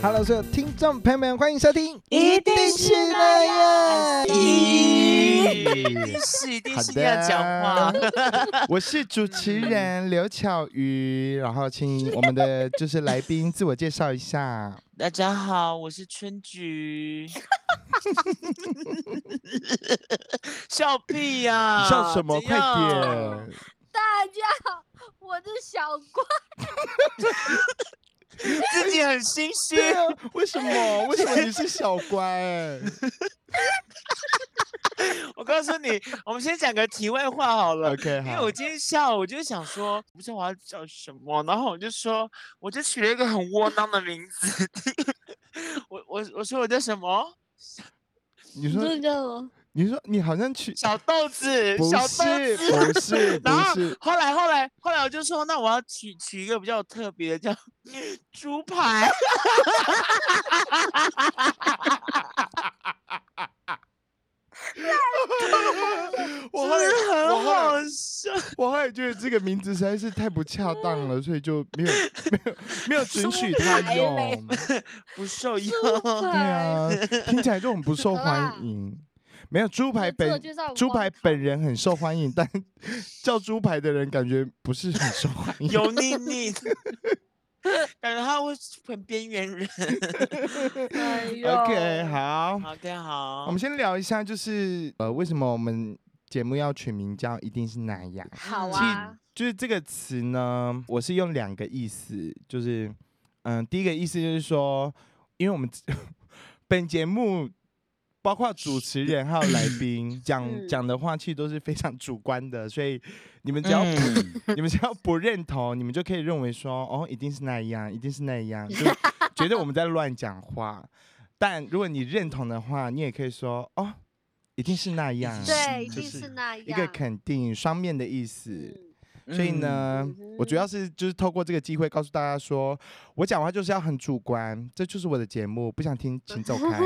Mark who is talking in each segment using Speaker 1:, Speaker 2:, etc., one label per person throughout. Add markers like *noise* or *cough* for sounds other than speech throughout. Speaker 1: Hello，所有听众朋友们，欢迎收听，
Speaker 2: 一定是那
Speaker 1: 样
Speaker 2: 咦是一定
Speaker 1: 好的
Speaker 2: 是这样讲话，
Speaker 1: 我是主持人刘巧瑜，然后请我们的就是来宾自我介绍一下。
Speaker 2: 大家好，我是春菊。 *laughs* 笑屁呀、
Speaker 1: 你笑什么？
Speaker 2: 怎
Speaker 1: 快
Speaker 2: 样！
Speaker 1: 点！
Speaker 3: 大家好，我是小瓜，
Speaker 2: 自己很心虚。
Speaker 1: 对啊，为什么？为什么你是小乖？
Speaker 2: 我告诉你，我们先讲个题外话好了。
Speaker 1: OK，
Speaker 2: 因为
Speaker 1: 好
Speaker 2: 我。今天下午我就想说，不知道我要叫什么，然后我就说，我就取了一个很窝囊的名字。 *laughs* 我我我说我叫什么？
Speaker 1: 你说，
Speaker 3: 叫我
Speaker 1: 你说，你好像去
Speaker 2: 小豆子，
Speaker 1: 不
Speaker 2: 小豆
Speaker 1: 是，
Speaker 2: 子。
Speaker 1: 不是，
Speaker 2: *laughs* 然
Speaker 1: 不
Speaker 2: 后
Speaker 1: 是，
Speaker 2: 后来后来后来我就说，那我要取取一个比较特别的，叫 *laughs* 猪排。
Speaker 1: 我后来
Speaker 2: 真的
Speaker 1: 我
Speaker 2: 很
Speaker 1: 后来
Speaker 2: 好笑，
Speaker 1: *laughs* 我后来觉得这个名字实在是太不恰当了，所以就没有没有没有准许他
Speaker 3: 出来嘞
Speaker 1: 用。
Speaker 2: 不受用。
Speaker 1: *laughs* 对啊，听起来这种不受欢迎。没有猪排本猪排本人很受欢迎，但 *laughs* 叫猪排的人感觉不是很受欢迎。
Speaker 2: 油腻
Speaker 3: *laughs*
Speaker 2: 腻的，感觉他会很边缘人。
Speaker 3: 哎
Speaker 1: OK，好，
Speaker 2: 好的，好，
Speaker 1: 我们先聊一下，就是呃，为什么我们节目要取名叫“一定是那样”？
Speaker 3: 好
Speaker 1: 其实
Speaker 3: 啊，
Speaker 1: 就是这个词呢，我是用两个意思，就是嗯、第一个意思就是说，因为我们 *laughs* 本节目包括主持人还有来
Speaker 3: 嗯
Speaker 1: 宾讲讲的话，其实都是非常主观的，所以你们只要、
Speaker 2: 嗯
Speaker 1: *laughs* 你们只要不认同，你们就可以认为说，哦，一定是那样，一定是那样，就
Speaker 3: *laughs*
Speaker 1: 觉得我们在乱讲话。但如果你认同的话，你也可以说，哦，一定是那样，
Speaker 3: 对，一
Speaker 1: 就
Speaker 3: 定是那样。
Speaker 1: 一个肯定，双面的意思。
Speaker 3: 嗯
Speaker 1: 所以呢，
Speaker 3: 嗯
Speaker 1: 我主要是就是透过这个机会告诉大家说，我讲话就是要很主观，这就是我的节目，不想听请走
Speaker 3: *laughs*
Speaker 1: 开。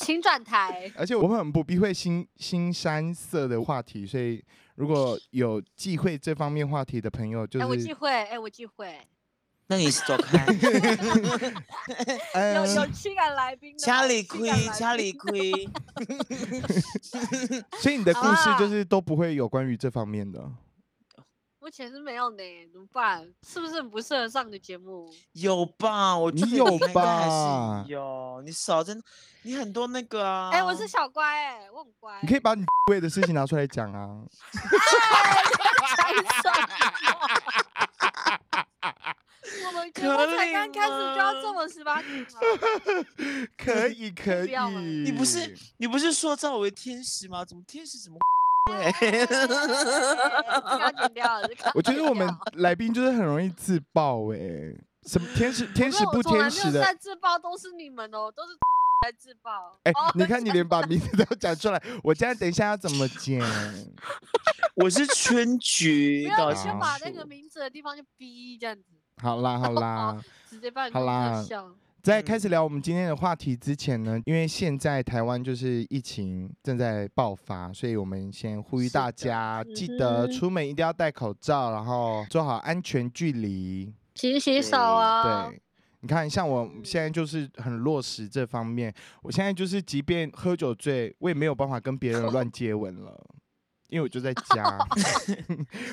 Speaker 3: 请转台。
Speaker 1: 而且我们很不避讳新新山色的话题，所以如果有忌讳这方面话题的朋 *laughs* 友，就
Speaker 3: 哎，我
Speaker 1: 是
Speaker 3: 忌讳，哎，我忌讳。
Speaker 2: 那你走开，
Speaker 1: 嗯
Speaker 3: 有有驱赶来宾的，
Speaker 2: 家里
Speaker 3: 驱
Speaker 2: 亏
Speaker 3: 赶来，宾
Speaker 2: 家里亏。
Speaker 1: 所以你的故事
Speaker 3: 啊
Speaker 1: 就是都不会有关于这方面的。
Speaker 3: 目前是没有呢，怎么办？是不是很不适合上你的节
Speaker 2: 哦
Speaker 3: 目？
Speaker 2: 有吧？我
Speaker 1: 你
Speaker 2: 觉得
Speaker 1: 有
Speaker 2: 应该
Speaker 1: 吧
Speaker 2: 还是有，你少真，你很多那个啊。
Speaker 3: 哎，我是小乖，哎，我很乖。
Speaker 1: 你可以把你 *laughs* 位的事情拿出来讲啊。
Speaker 3: 才爽我们节目
Speaker 2: 可
Speaker 3: 才
Speaker 2: 以
Speaker 3: 刚开始就要这
Speaker 2: 吗
Speaker 3: 么十八禁吗？
Speaker 1: 可以可
Speaker 3: 不要吗
Speaker 1: 以，
Speaker 2: 你不是你不是塑造我为天使吗？怎么天使怎么？
Speaker 3: 要剪掉了，这个要
Speaker 1: *laughs* 我觉得
Speaker 3: 剪
Speaker 1: 我们
Speaker 3: 掉
Speaker 1: 来宾就是很容易自爆哎、什么天使天
Speaker 3: 不
Speaker 1: 使
Speaker 3: 是我
Speaker 1: 不
Speaker 3: 从来
Speaker 1: 天
Speaker 3: 没
Speaker 1: 使
Speaker 3: 有
Speaker 1: 的
Speaker 3: 在自爆都是你们哦，都是在自爆。
Speaker 1: *laughs* 哎、
Speaker 3: 哦
Speaker 1: 你看你连把名字都讲出来，我现在等一下要怎么剪？
Speaker 2: 我是春
Speaker 3: 没
Speaker 2: 菊，
Speaker 3: 有，
Speaker 2: 搞
Speaker 3: 我
Speaker 2: 清
Speaker 3: 先
Speaker 1: 清
Speaker 3: 把那个
Speaker 2: 楚
Speaker 3: 名字的地方就逼这样子，
Speaker 1: 好啦好啦，
Speaker 3: 直接把你
Speaker 1: 好
Speaker 3: 们
Speaker 1: 啦
Speaker 3: 搞笑。
Speaker 1: 在开
Speaker 3: 嗯
Speaker 1: 始聊我们今天的话题之前呢，因为现在台湾就是疫情正在爆发，所以我们先呼吁
Speaker 2: 是
Speaker 1: 大
Speaker 2: 的
Speaker 1: 家记
Speaker 3: 嗯
Speaker 1: 得
Speaker 3: 哼
Speaker 1: 出门一定要戴口罩，然后做好安全距离。
Speaker 3: 洗洗手
Speaker 2: 对
Speaker 3: 啊！
Speaker 1: 对，你看，像我
Speaker 3: 嗯
Speaker 1: 现在就是很落实这方面。我现在就是，即便喝酒醉，我也没有办法跟别人乱接吻了，因为我就在家，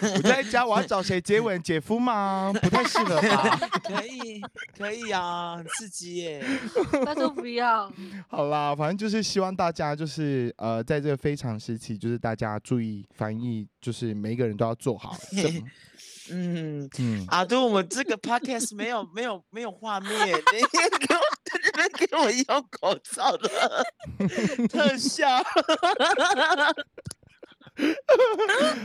Speaker 1: 我就在家，我要找谁接吻？姐夫吗？不太适合
Speaker 2: *laughs*
Speaker 1: 吧。
Speaker 2: 可以可以啊，很刺激
Speaker 3: *laughs*
Speaker 2: 耶！
Speaker 3: 拜托不要，
Speaker 1: 好啦，反正就是希望大家就是呃，在这个非常时期，就是大家注意防疫，就是每一个人都要做好这。
Speaker 2: 嗯，
Speaker 1: 嗯，
Speaker 2: 啊，对，我们这个 podcast 没有没有没有画面，你给我 *laughs* 在那边给我用口罩的特效，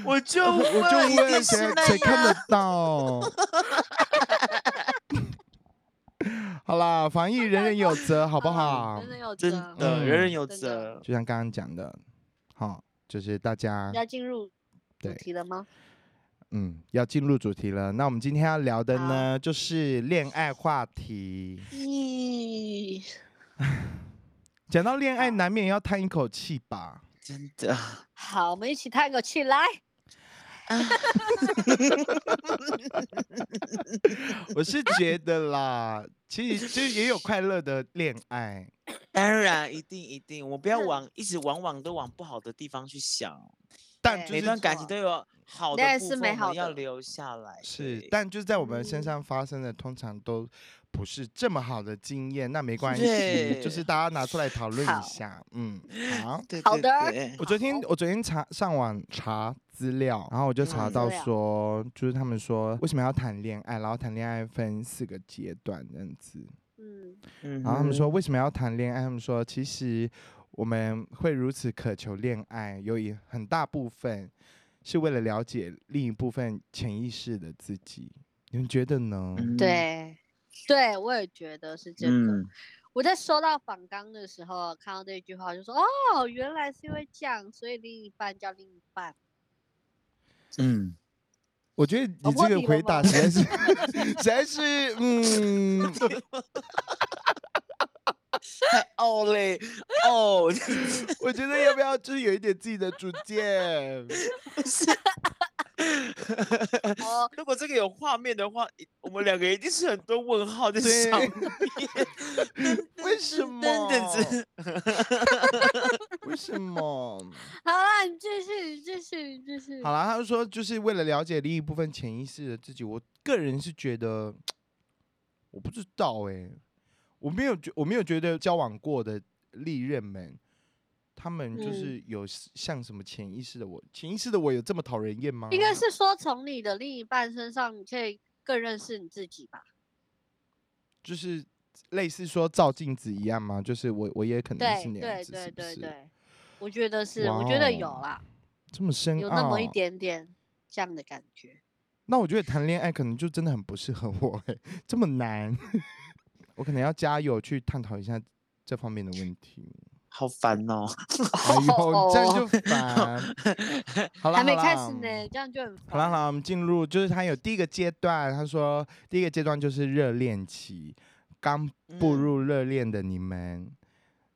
Speaker 2: 我就
Speaker 1: 我就
Speaker 2: 问一
Speaker 1: 问
Speaker 2: 定是
Speaker 1: 谁
Speaker 2: 那啊
Speaker 1: 谁看
Speaker 2: 样
Speaker 1: 得到？好啦，防疫人人有责，好不好
Speaker 3: *laughs* 真？的有
Speaker 2: 真
Speaker 3: 责
Speaker 2: 的
Speaker 1: 嗯
Speaker 2: 人人有
Speaker 3: 真的
Speaker 2: 责，
Speaker 1: 就像刚刚讲的，好，就是大家
Speaker 3: 要进入主
Speaker 1: 对
Speaker 3: 题了吗？
Speaker 1: 嗯要进入主题了。那我们今天要聊的呢，就是恋爱话题。
Speaker 3: 咦，
Speaker 1: 讲到恋爱，难免要叹一口气吧。
Speaker 2: 真的。
Speaker 3: 好，我们一起叹口气来。
Speaker 1: *laughs* 我是觉得啦，其实就是也有快乐的恋爱，
Speaker 2: 当然一定一定，我们不要
Speaker 3: 那
Speaker 2: 往一直往往都往不好的地方去想，
Speaker 1: 但
Speaker 3: 对
Speaker 1: 就
Speaker 2: 每
Speaker 1: 是
Speaker 2: 段感
Speaker 3: 错
Speaker 2: 情都有好的
Speaker 3: 但
Speaker 2: 部
Speaker 3: 是
Speaker 2: 分，
Speaker 3: 美
Speaker 2: 我们
Speaker 3: 好
Speaker 2: 要
Speaker 3: 的
Speaker 2: 留下来。
Speaker 1: 是
Speaker 2: 对，
Speaker 1: 但就是在我们身
Speaker 3: 嗯
Speaker 1: 上发生的，通常都不是这么好的经验，那没关系，
Speaker 2: 对
Speaker 1: 就是大家拿出来讨论
Speaker 3: 好
Speaker 1: 一下。嗯，
Speaker 3: *laughs*
Speaker 1: 好。
Speaker 2: 对
Speaker 3: 好
Speaker 2: 对
Speaker 3: 的
Speaker 2: 对
Speaker 1: 我昨天
Speaker 3: 好
Speaker 1: 我昨天查上网查资料，然后我就查
Speaker 2: 嗯
Speaker 1: 到
Speaker 3: 资料
Speaker 1: 说，就是他们说为什么要谈恋爱，然后谈恋爱分四个阶段这样子。
Speaker 3: 嗯，
Speaker 2: 嗯
Speaker 1: 然后他们
Speaker 2: 哼
Speaker 1: 说为什么要谈恋爱？他们说其实我们会如此渴求恋爱，有一很大部分是为了了解另一部分潜意识的自己。你们觉得呢？
Speaker 2: 嗯
Speaker 3: 对，对我也觉得是这个。
Speaker 2: 嗯，
Speaker 3: 我在收到访纲的时候，看到这句话，我就说哦，原来是因为这样，所以另一半叫另一半。
Speaker 2: 嗯，
Speaker 1: 我觉得
Speaker 3: 我
Speaker 1: 你
Speaker 3: 破
Speaker 1: 这个
Speaker 3: 题了
Speaker 1: 回答
Speaker 3: 吗
Speaker 1: 实在是 *laughs* 实在是嗯。
Speaker 2: *laughs* 哦嘞，哦， *laughs*
Speaker 1: 我觉得要不要就是有一点自己的主 *laughs* 见？
Speaker 3: 哦，
Speaker 2: 如果这个有画面的话，一我们两个一定是很多问号在
Speaker 1: 对
Speaker 2: 上面。
Speaker 1: *laughs* 为什么？ *laughs*
Speaker 2: 噔噔
Speaker 1: 为什么？
Speaker 3: 好啦，你继续，你继续，你继续。
Speaker 1: 好啦，他就说就是为了了解另一部分潜意识的自己。我个人是觉得，我不知道哎、我没有觉我没有觉得交往过的历任们，他们就
Speaker 3: 嗯
Speaker 1: 是有像什么潜意识的我，潜意识的我有这么讨人厌吗？
Speaker 3: 应该是说从你的另一半身上，你可以更认识你自己吧。
Speaker 1: 就是类似说照镜子一样吗？就是我我也可能
Speaker 3: 对
Speaker 1: 是那样
Speaker 3: 对
Speaker 1: 子，
Speaker 3: 对
Speaker 1: 是不
Speaker 3: 对
Speaker 1: 是？
Speaker 3: 对，我觉得是，我觉得有
Speaker 1: 哇哦啊
Speaker 3: 啦，
Speaker 1: 这么深奥，
Speaker 3: 有那么一。点点这样的感觉。
Speaker 1: 那我觉得谈恋爱可能就真的很不适合我、欸，这么难，我可能要加油去探讨一下这方面的问题。
Speaker 3: *laughs*
Speaker 2: 好烦哦！
Speaker 1: 哎呦，这样
Speaker 3: 哦
Speaker 1: 就
Speaker 3: *laughs*
Speaker 1: 烦。好了，
Speaker 3: 还没
Speaker 1: 好
Speaker 3: 开
Speaker 1: 啦
Speaker 3: 始呢，。这样就很
Speaker 1: 好了
Speaker 3: 烦
Speaker 1: 好了，我们进入就是他有第一个阶段，他说第一个阶段就是热恋期，刚步
Speaker 2: 嗯
Speaker 1: 入热恋的你们，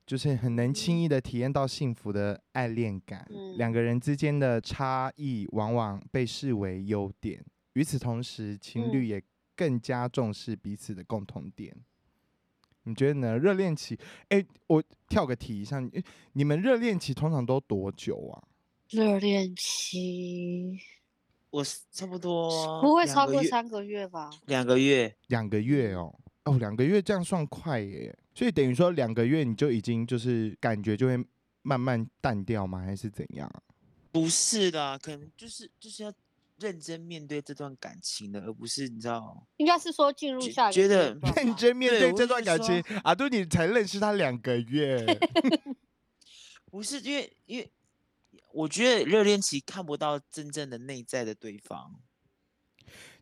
Speaker 1: 就是很能轻易的体验到幸福的爱恋感。两
Speaker 3: 嗯
Speaker 1: 个人之间的差异往往被视为优点，与此同时，情侣也更加重视彼此的共同点。你觉得呢？热恋期，哎、我跳个题上，诶你们热恋期通常都多久啊？
Speaker 3: 热恋期
Speaker 2: 我是差不
Speaker 1: 哦
Speaker 2: 多
Speaker 3: 不会
Speaker 2: 两
Speaker 3: 超
Speaker 2: 个
Speaker 3: 过
Speaker 2: 月
Speaker 3: 三个月吧？
Speaker 2: 两个月，
Speaker 1: 两个月哦，哦，两个月这样算快耶，所以等于说两个月你就已经就是感觉就会慢慢淡掉吗？还是怎样？
Speaker 2: 不是的，可能就是就是要认真面对这段感情的，而不是你知道，
Speaker 3: 应该是说进入
Speaker 2: 觉
Speaker 3: 下一个
Speaker 2: 觉
Speaker 3: 阶
Speaker 2: 得
Speaker 3: 段
Speaker 1: 认
Speaker 3: 吧
Speaker 1: 真面
Speaker 2: 对
Speaker 1: 对
Speaker 2: 我
Speaker 1: 这
Speaker 2: 就
Speaker 1: 段
Speaker 2: 是
Speaker 1: 感
Speaker 2: 说
Speaker 1: 情，阿杜你才认识他两个
Speaker 2: *laughs*
Speaker 1: 月，
Speaker 2: 不是因为因为我觉得热恋期看不到真正的内在的对方，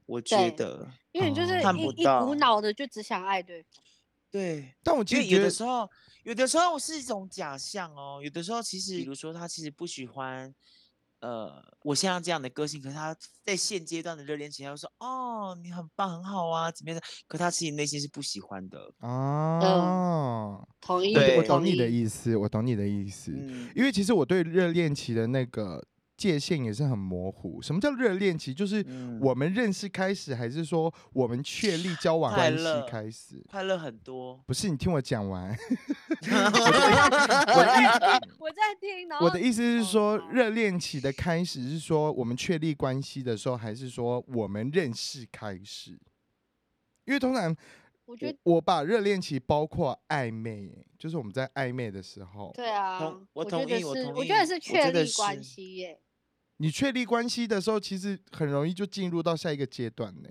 Speaker 2: 我觉
Speaker 3: 对
Speaker 2: 得
Speaker 3: 因为你就是
Speaker 1: 哦
Speaker 2: 看
Speaker 3: 一
Speaker 2: 不
Speaker 3: 一股
Speaker 2: 到
Speaker 3: 脑的就只想爱对方。
Speaker 2: 对，
Speaker 1: 但我
Speaker 2: 因
Speaker 1: 其
Speaker 2: 为
Speaker 1: 实觉
Speaker 2: 有
Speaker 1: 得
Speaker 2: 的时候，有的时候是一种假象哦。有的时候其实，比如说他其实不喜欢，呃，我现在这样的个性，可是他在现阶段的热恋期，他会说哦，你很棒，很好啊，怎么样的？可他其实内心是不喜欢的。
Speaker 1: 哦，
Speaker 2: 嗯
Speaker 3: 同意，
Speaker 1: 我啊
Speaker 2: 对
Speaker 1: 懂我
Speaker 3: 同
Speaker 1: 懂你的
Speaker 3: 意
Speaker 1: 意思，我懂你的意思。
Speaker 2: 嗯，
Speaker 1: 因为其实我对热恋期的那个界限也是很模糊。什么叫热恋期？就是
Speaker 2: 嗯
Speaker 1: 我们认识开始，还是说我们确立交往
Speaker 2: 快
Speaker 1: 关系
Speaker 2: 乐
Speaker 1: 开始？
Speaker 2: 快乐很多。
Speaker 1: 不是，你听我讲完。
Speaker 3: 我在我在听，然后
Speaker 1: 我的意思是说，
Speaker 3: 哦好
Speaker 1: 热恋期的开始是说我们确立关系的时候，还是说我们认识开始？因为通常
Speaker 3: 我觉得
Speaker 1: 我我把热恋期包括暧昧、就是我们在暧昧的时候，
Speaker 3: 对啊，
Speaker 2: 同哦我
Speaker 3: 觉
Speaker 2: 同
Speaker 3: 得
Speaker 2: 意我
Speaker 3: 是，
Speaker 2: 同
Speaker 3: 我觉得
Speaker 2: 意
Speaker 3: 是
Speaker 2: 我
Speaker 3: 确
Speaker 2: 觉得
Speaker 3: 立关
Speaker 2: 是
Speaker 3: 系耶。
Speaker 1: 你确立关系的时候，其实很容易就进入到下一个阶段呢、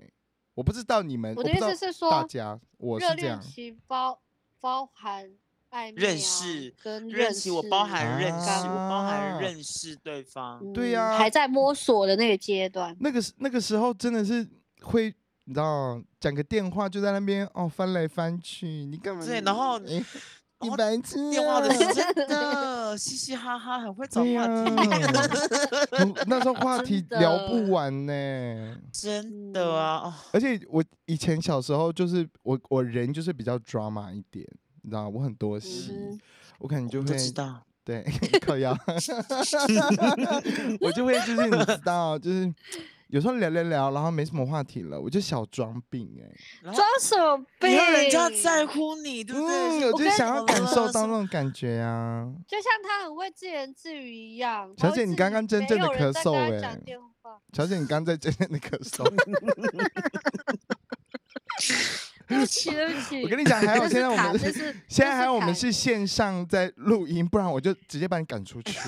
Speaker 1: 我不知道你们，
Speaker 3: 我
Speaker 1: 我
Speaker 3: 的
Speaker 1: 不
Speaker 3: 意
Speaker 1: 知道
Speaker 3: 思是
Speaker 1: 大
Speaker 3: 说，
Speaker 1: 家，我是
Speaker 3: 热
Speaker 1: 这
Speaker 3: 恋
Speaker 1: 样。
Speaker 3: 期包包含暧昧、啊、
Speaker 2: 认识
Speaker 3: 跟
Speaker 2: 认
Speaker 3: 认
Speaker 2: 识我包含认识，
Speaker 1: 啊
Speaker 2: 我包
Speaker 1: 啊
Speaker 2: 含认识对方。
Speaker 1: 对啊
Speaker 3: 嗯
Speaker 1: 呀
Speaker 3: 还在摸索的那个阶段。
Speaker 1: 那个时那个时候真的是会，你知道，讲个电话就在那边哦翻来翻去，你干嘛？
Speaker 2: 对然后
Speaker 1: 哎
Speaker 2: 然
Speaker 1: 你
Speaker 2: 后
Speaker 1: 白痴、啊、
Speaker 2: 电话的是真的嘻嘻哈哈，很会找
Speaker 1: 对
Speaker 2: 话题，
Speaker 1: 呀嗯
Speaker 2: *laughs*
Speaker 1: 那时候话
Speaker 3: 真
Speaker 1: 题
Speaker 3: 的
Speaker 1: 聊不完呢、
Speaker 2: 真
Speaker 3: 嗯
Speaker 2: 的啊！哦，
Speaker 1: 而且我以前小时候就是我我人就是比较 drama 一点，你知道，我很多事，
Speaker 3: 嗯
Speaker 1: 我可能就
Speaker 2: 我
Speaker 1: 会
Speaker 2: 都知道。
Speaker 1: *laughs* 对，靠腰，我就会就是你知道，就是有时候聊聊聊，然后没什么话题了，我就小装病哎、
Speaker 2: 然后
Speaker 3: 装什么病？
Speaker 2: 啊以后人家在乎你，对不
Speaker 1: 嗯，
Speaker 2: 对？说
Speaker 1: 我就
Speaker 2: 哦
Speaker 3: 跟
Speaker 1: 想要
Speaker 2: 你
Speaker 1: 感
Speaker 2: 了
Speaker 1: 受
Speaker 2: 什
Speaker 1: 到那
Speaker 2: 么
Speaker 1: 种感觉啊。
Speaker 3: 就像他很会自言自语一样。
Speaker 1: 小
Speaker 3: 他会
Speaker 1: 姐你
Speaker 3: 自
Speaker 1: 刚
Speaker 3: 己
Speaker 1: 刚真
Speaker 3: 没
Speaker 1: 正的
Speaker 3: 有人
Speaker 1: 咳
Speaker 3: 在
Speaker 1: 嗽
Speaker 3: 跟他
Speaker 1: 欸
Speaker 3: 讲电话
Speaker 1: 小姐，你刚在真正的
Speaker 3: *laughs*
Speaker 1: 咳嗽，
Speaker 3: *laughs* 对不起，对不起。
Speaker 1: 我跟你讲，还有
Speaker 3: 这
Speaker 1: 现在我
Speaker 3: 是卡
Speaker 1: 们
Speaker 3: 这
Speaker 1: 是
Speaker 3: 是
Speaker 1: 现
Speaker 3: 这
Speaker 1: 在
Speaker 3: 是
Speaker 1: 还有我们 *laughs*
Speaker 3: 卡
Speaker 1: 是线上在录音，不然我就直接把你赶出去。
Speaker 3: 是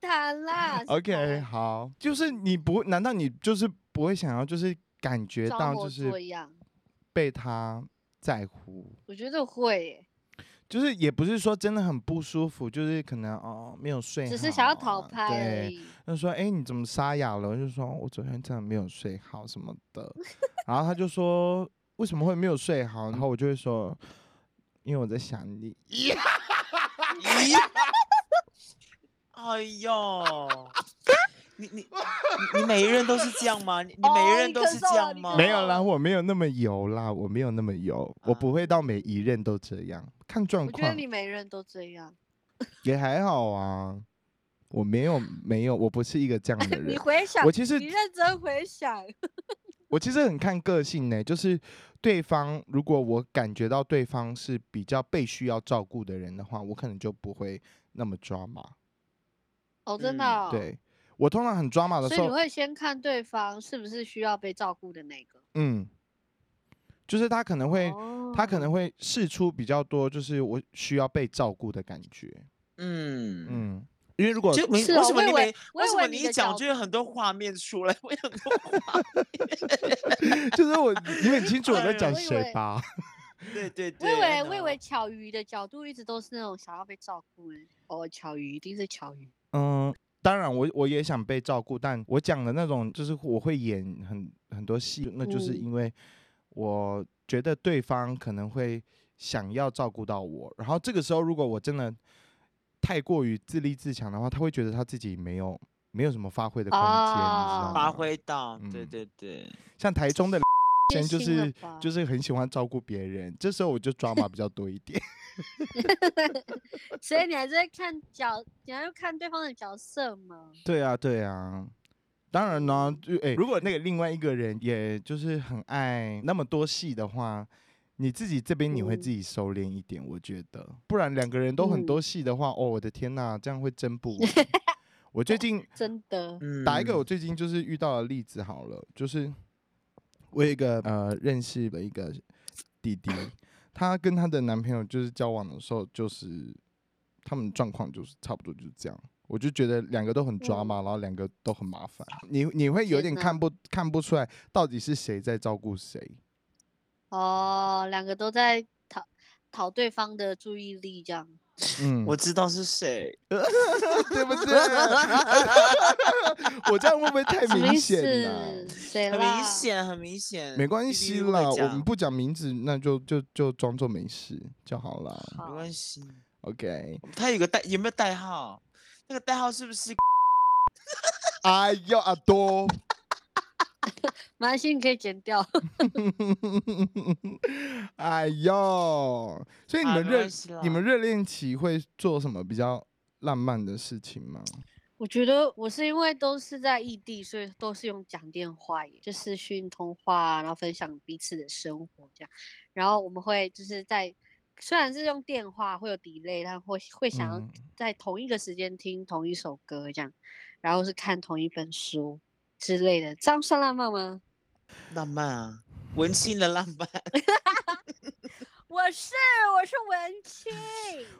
Speaker 3: 谈啦。是
Speaker 1: OK，
Speaker 3: *laughs* 谈
Speaker 1: 好，就是你不，难道你就是不会想要，就是感觉
Speaker 3: 装
Speaker 1: 到
Speaker 3: 模
Speaker 1: 就是
Speaker 3: 作样，
Speaker 1: 被他在乎？
Speaker 3: 我觉得会耶，
Speaker 1: 就是也不是说真的很不舒服，就是可能哦没有睡好啊，
Speaker 3: 只是想要讨拍而
Speaker 1: 对，
Speaker 3: 已。
Speaker 1: 他说：“哎、你怎么沙哑了？”我就说：“我昨天真的没有睡好什么的。”然后他就说：“为什么会没有睡好？”然后我就会说：“因为我在想你。
Speaker 2: 咦， *laughs* 哎呦，你你你你每一任都是这样吗？你你每一
Speaker 3: 哦
Speaker 2: 任
Speaker 3: 你
Speaker 2: 都
Speaker 3: 咳
Speaker 2: 是
Speaker 3: 嗽
Speaker 2: 这
Speaker 3: 了
Speaker 2: 样
Speaker 3: 你
Speaker 2: 吗？
Speaker 3: 咳
Speaker 1: 没有
Speaker 3: 哦
Speaker 1: 啦，我没有那么油啦，我没有那么油，我不会到每一任都这样，看状
Speaker 3: 我觉得
Speaker 1: 况
Speaker 3: 你每人都这样，
Speaker 1: 也还好啊。我没有没有，我不是一个这样的
Speaker 3: *laughs* 你
Speaker 1: 人。
Speaker 3: 回想
Speaker 1: 我，其实
Speaker 3: 你认真回
Speaker 1: *laughs*
Speaker 3: 想，
Speaker 1: 我其实很看个性呢、就是对方如果我感觉到对方是比较被需要照顾的人的话，我可能就不会那么抓马。
Speaker 3: 哦，真的、
Speaker 2: 嗯
Speaker 3: 哦，
Speaker 1: 对我通常很抓马的
Speaker 3: 所
Speaker 1: 时
Speaker 3: 以你
Speaker 1: 候，
Speaker 3: 会先看对方是不是需要被照顾的那个。
Speaker 1: 嗯，就是他可能会，他可能
Speaker 3: 哦
Speaker 1: 会试出比较多，就是我需要被照顾的感觉，
Speaker 2: 嗯。
Speaker 1: 嗯，因为如果 *laughs*
Speaker 2: 就没
Speaker 3: 是
Speaker 2: 为
Speaker 3: 哦
Speaker 2: 什么
Speaker 3: 我以
Speaker 2: 你
Speaker 3: 为
Speaker 2: 每
Speaker 3: 我以
Speaker 2: 什
Speaker 3: 为
Speaker 2: 么
Speaker 3: 你
Speaker 2: 你一
Speaker 3: 的
Speaker 2: 讲，
Speaker 3: 角
Speaker 2: 就有很多画面出来， *laughs* 我有很多画
Speaker 1: 就是我你很清楚我在
Speaker 2: 哎
Speaker 1: 讲
Speaker 3: 我以
Speaker 1: 谁
Speaker 3: 为
Speaker 1: 吧？
Speaker 2: 对对
Speaker 3: 我
Speaker 2: 对，
Speaker 3: 以为
Speaker 2: 真
Speaker 3: 我以
Speaker 2: 的
Speaker 1: 哦
Speaker 3: 为巧鱼的角度一直都是那种想要被照顾的，哦，巧鱼一定是巧鱼， *laughs*
Speaker 1: 嗯，当然我我也想被照顾，但我讲的那种就是我会演很很多戏，那就是
Speaker 3: 嗯
Speaker 1: 因为我觉得对方可能会想要照顾到我，然后这个时候如果我真的太过于自立自强的话，他会觉得他自己没有没有什么发挥的空间，你知道
Speaker 3: 哦
Speaker 1: 吗
Speaker 2: 啊发？挥到，对
Speaker 1: 嗯
Speaker 2: 对对，
Speaker 1: 像台中的
Speaker 3: 贴
Speaker 1: 先就
Speaker 3: 心了
Speaker 1: 是
Speaker 3: 吧
Speaker 1: 就是很喜欢照顾别人，这时候
Speaker 3: *laughs*
Speaker 1: 我就抓马比较多一点。
Speaker 3: 所以你还是会看角，你还要看对方的角色嘛。
Speaker 1: 对啊，对啊。当然呢，就诶、如果那个另外一个人也就是很爱那么多戏的话，你自己这边你会
Speaker 3: 嗯
Speaker 1: 自己收敛一点，我觉得，不然两个人都很多戏的话，哦，我的天呐，这样会争不 *laughs* 完。我最近
Speaker 3: 真的，
Speaker 2: 嗯
Speaker 1: 打一个我最近就是遇到的例子好了，就是我有一个呃认识的一个弟弟，她跟她的男朋友就是交往的时候，就是他们状况就是差不多就是这样。我就觉得两个都很抓马、然后两个都很麻烦，你你会有
Speaker 3: 嗯
Speaker 1: 点
Speaker 3: 天哪
Speaker 1: 看不看不出来到底是谁在照顾谁。
Speaker 3: 哦，两个都在讨讨对方的注意力，这样。
Speaker 1: 嗯，
Speaker 2: 我知道是谁，
Speaker 1: 对不对？ *laughs* 我这样会不会太
Speaker 3: 什么
Speaker 1: 明
Speaker 3: 意
Speaker 1: 显了、
Speaker 3: 思？谁
Speaker 2: 很
Speaker 3: 啦？
Speaker 2: 明显，很明显，
Speaker 1: 没关
Speaker 2: 弟
Speaker 1: 系
Speaker 2: 弟会
Speaker 1: 啦，我
Speaker 2: 讲
Speaker 1: 们不讲名字，那就就就装作没事就好啦。
Speaker 2: 没
Speaker 3: 好
Speaker 2: 关系，
Speaker 1: OK，
Speaker 2: 他有个代有没有代号？那个代号是不是？
Speaker 1: 哎呦阿多，
Speaker 3: 没关系，你可以剪掉。 *laughs*
Speaker 1: 哎呦，所以你
Speaker 2: 啊
Speaker 1: 们
Speaker 2: 没
Speaker 1: 热、
Speaker 2: 关系
Speaker 1: 你
Speaker 2: 啦
Speaker 1: 们热恋期会做什么比较浪漫的事情吗？
Speaker 3: 我觉得我是因为都是在异地，所以都是用讲电话耶，就视讯通话啊，然后分享彼此的生活这样。然后我们会就是在虽然是用电话会有 delay，但会会想要
Speaker 1: 嗯
Speaker 3: 在同一个时间听同一首歌这样，然后是看同一本书之类的，这样算浪漫吗？
Speaker 2: 浪漫啊，文青的浪
Speaker 3: *laughs*
Speaker 2: 漫。
Speaker 3: 我是我是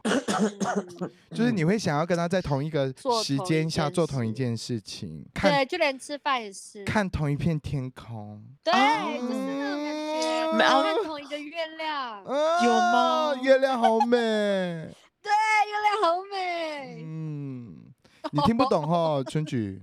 Speaker 3: 文
Speaker 1: *laughs*
Speaker 3: 青嗯，
Speaker 1: 就是你会想要跟他在同一个
Speaker 3: 做
Speaker 1: 时
Speaker 3: 同一
Speaker 1: 间下
Speaker 3: 件
Speaker 1: 做同一
Speaker 3: 事
Speaker 1: 件事情，看
Speaker 3: 对，就连吃饭也是，
Speaker 1: 看哦同一片天空。
Speaker 3: 对，
Speaker 2: 啊
Speaker 3: 就是那种感
Speaker 1: 哦
Speaker 3: 觉，
Speaker 2: 没
Speaker 3: 然后
Speaker 2: 啊
Speaker 3: 看同一个月
Speaker 1: *laughs*
Speaker 3: 亮，
Speaker 1: 啊、
Speaker 2: 有吗
Speaker 1: 月亮好美。
Speaker 3: 对，哎月亮好美。
Speaker 1: 嗯，你听不懂哦，春菊。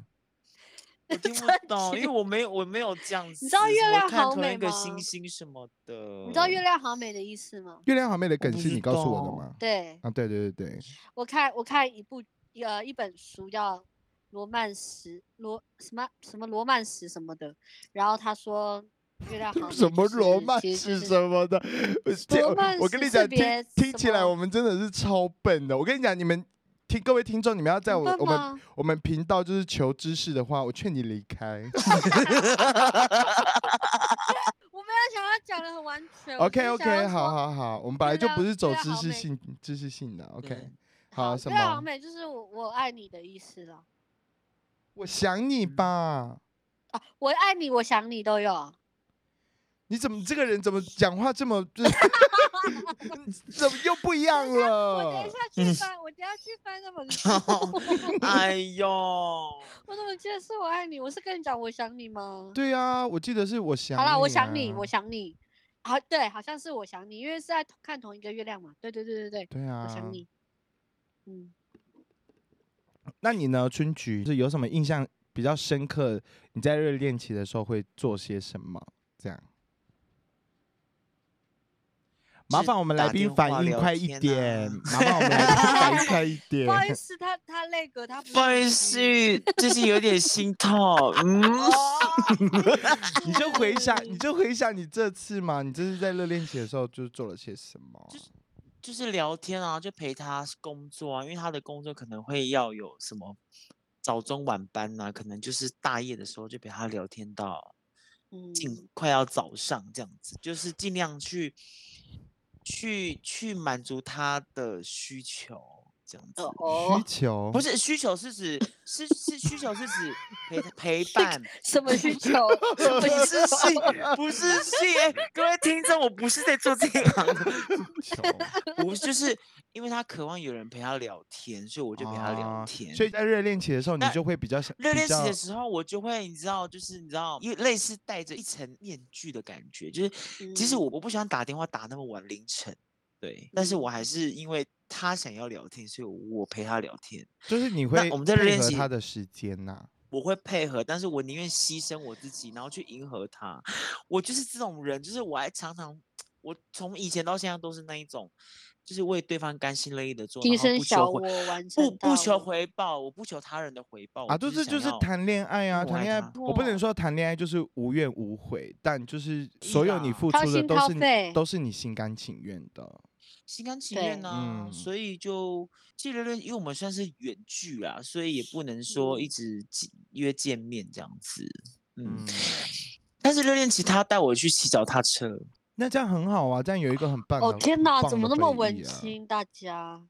Speaker 2: 我听不懂，
Speaker 3: *laughs*
Speaker 2: 因为我没有我没有这样子。
Speaker 3: 知道月
Speaker 2: 什么
Speaker 3: 亮
Speaker 2: 看
Speaker 3: 好
Speaker 2: 同
Speaker 3: 美
Speaker 2: 一个
Speaker 3: 吗
Speaker 2: 星星什么的。
Speaker 3: 你知道
Speaker 1: 嗯
Speaker 3: 月亮好美的意思吗？
Speaker 1: 月亮好妹的梗
Speaker 2: 不
Speaker 1: 是
Speaker 2: 知
Speaker 1: 你告诉我的
Speaker 2: 道
Speaker 1: 吗？
Speaker 3: 对
Speaker 1: 啊，对对对对，
Speaker 3: 我看我看一部呃一本书叫《罗曼史罗什么什么罗曼史什么的》，然后他说月
Speaker 1: *laughs*
Speaker 3: 亮好美
Speaker 1: 什么
Speaker 3: 就是
Speaker 1: 罗曼
Speaker 3: 其
Speaker 1: 是
Speaker 3: 实就是
Speaker 1: 什么的，我这
Speaker 3: 罗曼
Speaker 1: 我跟你
Speaker 3: 史是
Speaker 1: 讲，听
Speaker 3: 别
Speaker 1: 听
Speaker 3: 什
Speaker 1: 起来
Speaker 3: 么
Speaker 1: 我们真的是超笨的。我跟你讲，你们听各位听众，你们要在
Speaker 3: 怎么
Speaker 1: 我
Speaker 3: 办
Speaker 1: 我们
Speaker 3: 嘛
Speaker 1: 我们频道就是求知识的话，我劝你离开。
Speaker 3: 我没有想要讲的很完全。 *laughs* 我
Speaker 1: OK
Speaker 3: 只是想
Speaker 1: OK，
Speaker 3: 要
Speaker 1: 好
Speaker 3: 说。
Speaker 1: 好好，我们本来就
Speaker 3: 对啊
Speaker 1: 不是走
Speaker 3: 对啊
Speaker 1: 知
Speaker 3: 好
Speaker 1: 识
Speaker 3: 美
Speaker 1: 性知识性的。OK，
Speaker 2: 对
Speaker 1: 好什
Speaker 3: 对啊，好
Speaker 1: 么？
Speaker 3: 美就是我我爱你的意思啦。
Speaker 1: 我想你吧。
Speaker 3: 啊，我爱你，我想你都有啊。
Speaker 1: 你怎么这个人怎么讲话这么，
Speaker 3: *laughs*
Speaker 1: 就是 *laughs* 怎么又不一样
Speaker 3: 我等
Speaker 1: 了
Speaker 3: 一？下
Speaker 1: 嗯
Speaker 3: 去翻，我等一下去翻那
Speaker 1: *laughs*
Speaker 3: 本书。
Speaker 2: *laughs* 哎
Speaker 3: *laughs*
Speaker 2: 呦，
Speaker 3: 我怎么记得是我爱你？我是跟你讲我想你吗？
Speaker 1: 对啊，我记得是我想。啊
Speaker 3: 好啦，我想你，我。想你。好，对，好像是我想你，因为是在同看同一个月亮嘛。对对对对对，
Speaker 1: 对啊，
Speaker 3: 我想你。嗯，
Speaker 1: 那你呢，春菊是有什么印象比较深刻？你在热恋期的时候会做些什么？这样，麻
Speaker 2: 是
Speaker 1: 烦我们来
Speaker 2: 打
Speaker 1: 宾
Speaker 2: 电话
Speaker 1: 反应
Speaker 2: 聊
Speaker 1: 快一
Speaker 2: 天啊 *laughs*
Speaker 1: 点，麻烦我们来宾反应快一点
Speaker 3: *laughs*
Speaker 1: *laughs*
Speaker 3: 不。好意思，他他那个他不是
Speaker 2: 不好意
Speaker 3: 手
Speaker 2: 思
Speaker 3: 机。，
Speaker 2: 最近有点心痛。嗯，
Speaker 3: 哦
Speaker 1: *laughs* 你就回想，你就回想你这次嘛，你这次在热恋期的时候就是做了些什么？
Speaker 2: *laughs* 就是聊天啊，就陪他工作啊，因为他的工作可能会要有什么早中晚班呐、啊，可能就是大夜的时候就陪他聊天到
Speaker 3: 嗯
Speaker 2: 近快要早上这样子，就是尽量去去去满足他的需求这样子。
Speaker 3: 哦
Speaker 1: 需
Speaker 3: 哦，
Speaker 1: 求
Speaker 2: 不是需求是指是是需求是指陪他
Speaker 3: *laughs*
Speaker 2: 陪伴，
Speaker 3: 什
Speaker 1: *laughs*
Speaker 3: 么需求？ *laughs* 什么
Speaker 2: 不
Speaker 3: 需
Speaker 2: 是性，不是性。哎， *laughs* 各位听众，我不是在做这一行的，
Speaker 1: 求，
Speaker 2: 我就是因为他渴望有人陪他聊天，所以 *laughs* 我就陪他
Speaker 1: 啊
Speaker 2: 聊天。
Speaker 1: 所以在热恋期的时候，你
Speaker 2: 那
Speaker 1: 就会比较想
Speaker 2: 热
Speaker 1: 比
Speaker 2: 恋期
Speaker 1: 较
Speaker 2: 的时候，我就会你知道，就是你知道，因为类似戴着一层面具的感觉，就是其实
Speaker 3: 嗯
Speaker 2: 我我不喜欢打电话打那么晚凌晨，对，但是我还是因为他想要聊天，所以我陪他聊天，
Speaker 1: 就是你会
Speaker 2: 我们在热
Speaker 1: 配
Speaker 2: 恋
Speaker 1: 合
Speaker 2: 期
Speaker 1: 他的时间呐、
Speaker 2: 我会配合，但是我宁愿牺牲我自己，然后去迎合他。我就是这种人，就是我还常常，我从以前到现在都是那一种，就是为对方甘心乐意的做，
Speaker 3: 提
Speaker 2: 然后
Speaker 3: 升
Speaker 2: 不
Speaker 3: 小
Speaker 2: 求
Speaker 3: 我
Speaker 2: 回，
Speaker 3: 完成
Speaker 2: 不不
Speaker 3: 大
Speaker 2: 求
Speaker 3: 我
Speaker 2: 回报，我不求他人的回报。
Speaker 1: 啊，
Speaker 2: 哦
Speaker 1: 就
Speaker 2: 我只
Speaker 1: 是
Speaker 2: 是
Speaker 1: 就
Speaker 2: 想
Speaker 1: 是
Speaker 2: 要
Speaker 1: 谈恋爱啊，
Speaker 2: 因为
Speaker 1: 谈
Speaker 2: 我爱哦
Speaker 1: 恋爱
Speaker 2: 他，
Speaker 1: 我不能
Speaker 3: 哇
Speaker 1: 说谈恋爱就是无怨无悔，但就是所有你
Speaker 2: 啦
Speaker 1: 付
Speaker 3: 掏
Speaker 1: 出的
Speaker 3: 心
Speaker 1: 都
Speaker 3: 掏
Speaker 1: 是你
Speaker 3: 肺
Speaker 1: 都是你心甘情愿的。
Speaker 2: 心甘情愿
Speaker 3: 对
Speaker 2: 呐、啊
Speaker 1: 嗯
Speaker 2: 所以就记得认，因为我们算是远距啦，所以也不能说一
Speaker 3: 嗯
Speaker 2: 直见约见面这样子。嗯，
Speaker 1: 嗯，
Speaker 2: 但是热恋期他带我去骑脚踏车，
Speaker 1: 那这样很好啊，这样有一个很棒的。啊
Speaker 3: 哦天
Speaker 1: 哪
Speaker 3: 哪，，怎么那么文
Speaker 1: 青？
Speaker 3: 青？大家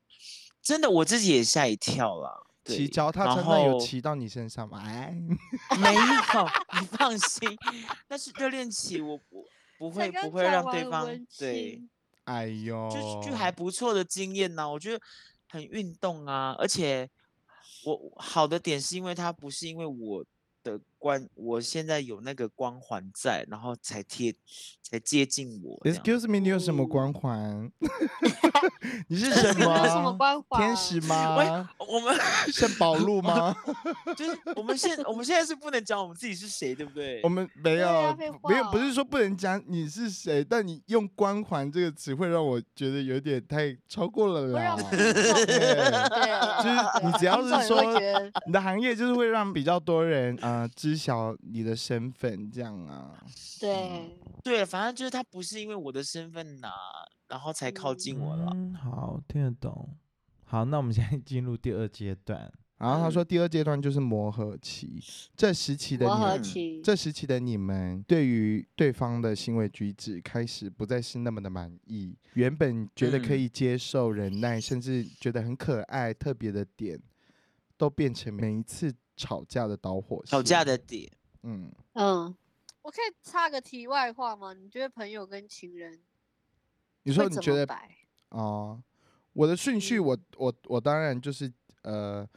Speaker 2: 真的我自己也吓一跳啦。
Speaker 1: 骑
Speaker 2: 对
Speaker 1: 脚踏
Speaker 2: 然
Speaker 1: 车那有
Speaker 2: 后
Speaker 1: 骑到你身上吗？哎，
Speaker 2: 没有，你放心。 *laughs* 但是热恋期我不不
Speaker 3: 才
Speaker 2: 会
Speaker 3: 刚
Speaker 2: 不会
Speaker 3: 讲
Speaker 2: 让
Speaker 3: 完
Speaker 2: 对
Speaker 3: 很
Speaker 2: 方
Speaker 3: 文
Speaker 2: 对
Speaker 3: *laughs* 青，
Speaker 1: 哎呦，
Speaker 2: 就就还不错的经验呢、我觉得很运动啊，而且我好的点是因为它不是因为我的关，我现在有那个光环在，然后才贴才接近我这样。哦
Speaker 1: Excuse me，你有什么
Speaker 3: 嗯
Speaker 1: 光
Speaker 3: *laughs*
Speaker 1: 环？你是什
Speaker 3: 你有什么
Speaker 1: 么？
Speaker 3: 关怀？
Speaker 1: 天使吗？
Speaker 2: 我们
Speaker 1: 圣保禄吗？
Speaker 2: 就是我们现我们现在是不能讲我们自己是谁，对不对？
Speaker 1: 我们没
Speaker 3: 对
Speaker 1: 有
Speaker 3: 啊废，
Speaker 1: 没有，
Speaker 3: 话
Speaker 1: 不是说不能讲你是谁，但你用“光环”这个词汇让我觉得有点太超过了
Speaker 3: 会
Speaker 1: 啦
Speaker 3: 让我。们听众
Speaker 1: 对
Speaker 3: *laughs*
Speaker 1: 就是你只要是说
Speaker 3: 对
Speaker 1: *laughs* 你的行业就是会让比较多人呃知晓你的身份，这样啊。
Speaker 3: 对，
Speaker 2: 对，反正就是他不是因为我的身份呐、然后才靠近我了。
Speaker 4: 嗯，好，听得懂。好，那我们现在进入第二阶段。
Speaker 1: 然后他
Speaker 2: 嗯
Speaker 1: 说，第二阶段就是磨合期，这时期的
Speaker 3: 磨
Speaker 1: 你
Speaker 3: 合
Speaker 1: 们，
Speaker 3: 期，
Speaker 1: 这时期的你们对于对方的行为举止开始不再是那么的满意，原本觉得可
Speaker 2: 嗯
Speaker 1: 以接受、忍耐，甚至觉得很可爱、特别的点，都变成每一次吵架的导火线。
Speaker 2: 吵架，的点，
Speaker 1: 嗯，
Speaker 3: 嗯，我可以插个题外话吗？你觉得朋友跟情人
Speaker 1: 你
Speaker 3: 会
Speaker 1: 说你
Speaker 3: 怎
Speaker 1: 觉
Speaker 3: 么
Speaker 1: 得
Speaker 3: 摆？
Speaker 1: 哦，我的顺序
Speaker 3: 嗯
Speaker 1: 我，我我当然就是呃，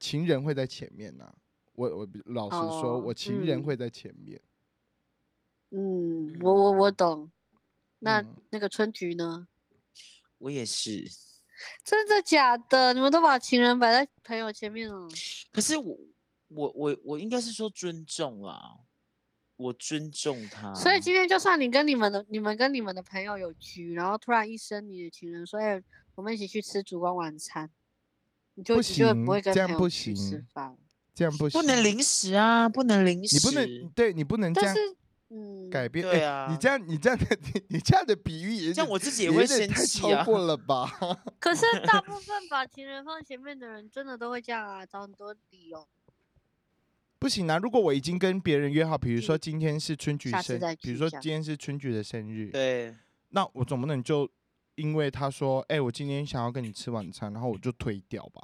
Speaker 1: 情人会在前面呐、我我比老实说，
Speaker 3: 哦
Speaker 1: 我情人
Speaker 3: 嗯
Speaker 1: 会在前面。
Speaker 3: 嗯，我我我懂。那
Speaker 1: 嗯
Speaker 3: 那个春菊呢？ *laughs*
Speaker 2: 我也是。
Speaker 3: 真的假的？你们都把情人摆在朋友前面哦。
Speaker 2: 可是我我我我应该是说尊重啦，我尊重他。
Speaker 3: 所
Speaker 1: 嗯
Speaker 3: 以今天就算你跟你们的、你们跟你们的朋友有局，然后突然一声你的情人说：“哎、我们一起去吃烛光晚餐。”你就
Speaker 1: 不
Speaker 3: 你就
Speaker 1: 行
Speaker 3: 不会跟
Speaker 1: 这样
Speaker 3: 朋友
Speaker 1: 不
Speaker 3: 去吃
Speaker 1: 行
Speaker 3: 饭。
Speaker 1: 这样不行，
Speaker 2: 不能零食啊，不能零食，
Speaker 1: 你不能对你不能这样
Speaker 3: 但是嗯，
Speaker 1: 改变。
Speaker 2: 对
Speaker 1: 哎你
Speaker 2: 啊
Speaker 1: 这样你这样的 *laughs* 你你这样的比喻也
Speaker 2: 像
Speaker 1: 点
Speaker 2: 我自己
Speaker 1: 也
Speaker 2: 也会
Speaker 1: 有点
Speaker 2: 生
Speaker 1: 太
Speaker 2: 气
Speaker 1: 超
Speaker 2: 啊。
Speaker 1: 过了吧？ *laughs*
Speaker 3: 可是大部分把情人放前面的人，真的都会这样啊，找很多理由。
Speaker 1: 不行啊！如果我已经跟别人约好，比如说
Speaker 3: 嗯
Speaker 1: 今天是春菊
Speaker 3: 下次
Speaker 1: 生
Speaker 3: 再，
Speaker 1: 比如
Speaker 3: 提
Speaker 1: 说
Speaker 3: 这样
Speaker 1: 今天是春菊的生日，
Speaker 2: 对，
Speaker 1: 那我总不能就因为他说，哎、我今天想要跟你吃晚餐，然后我就推掉吧。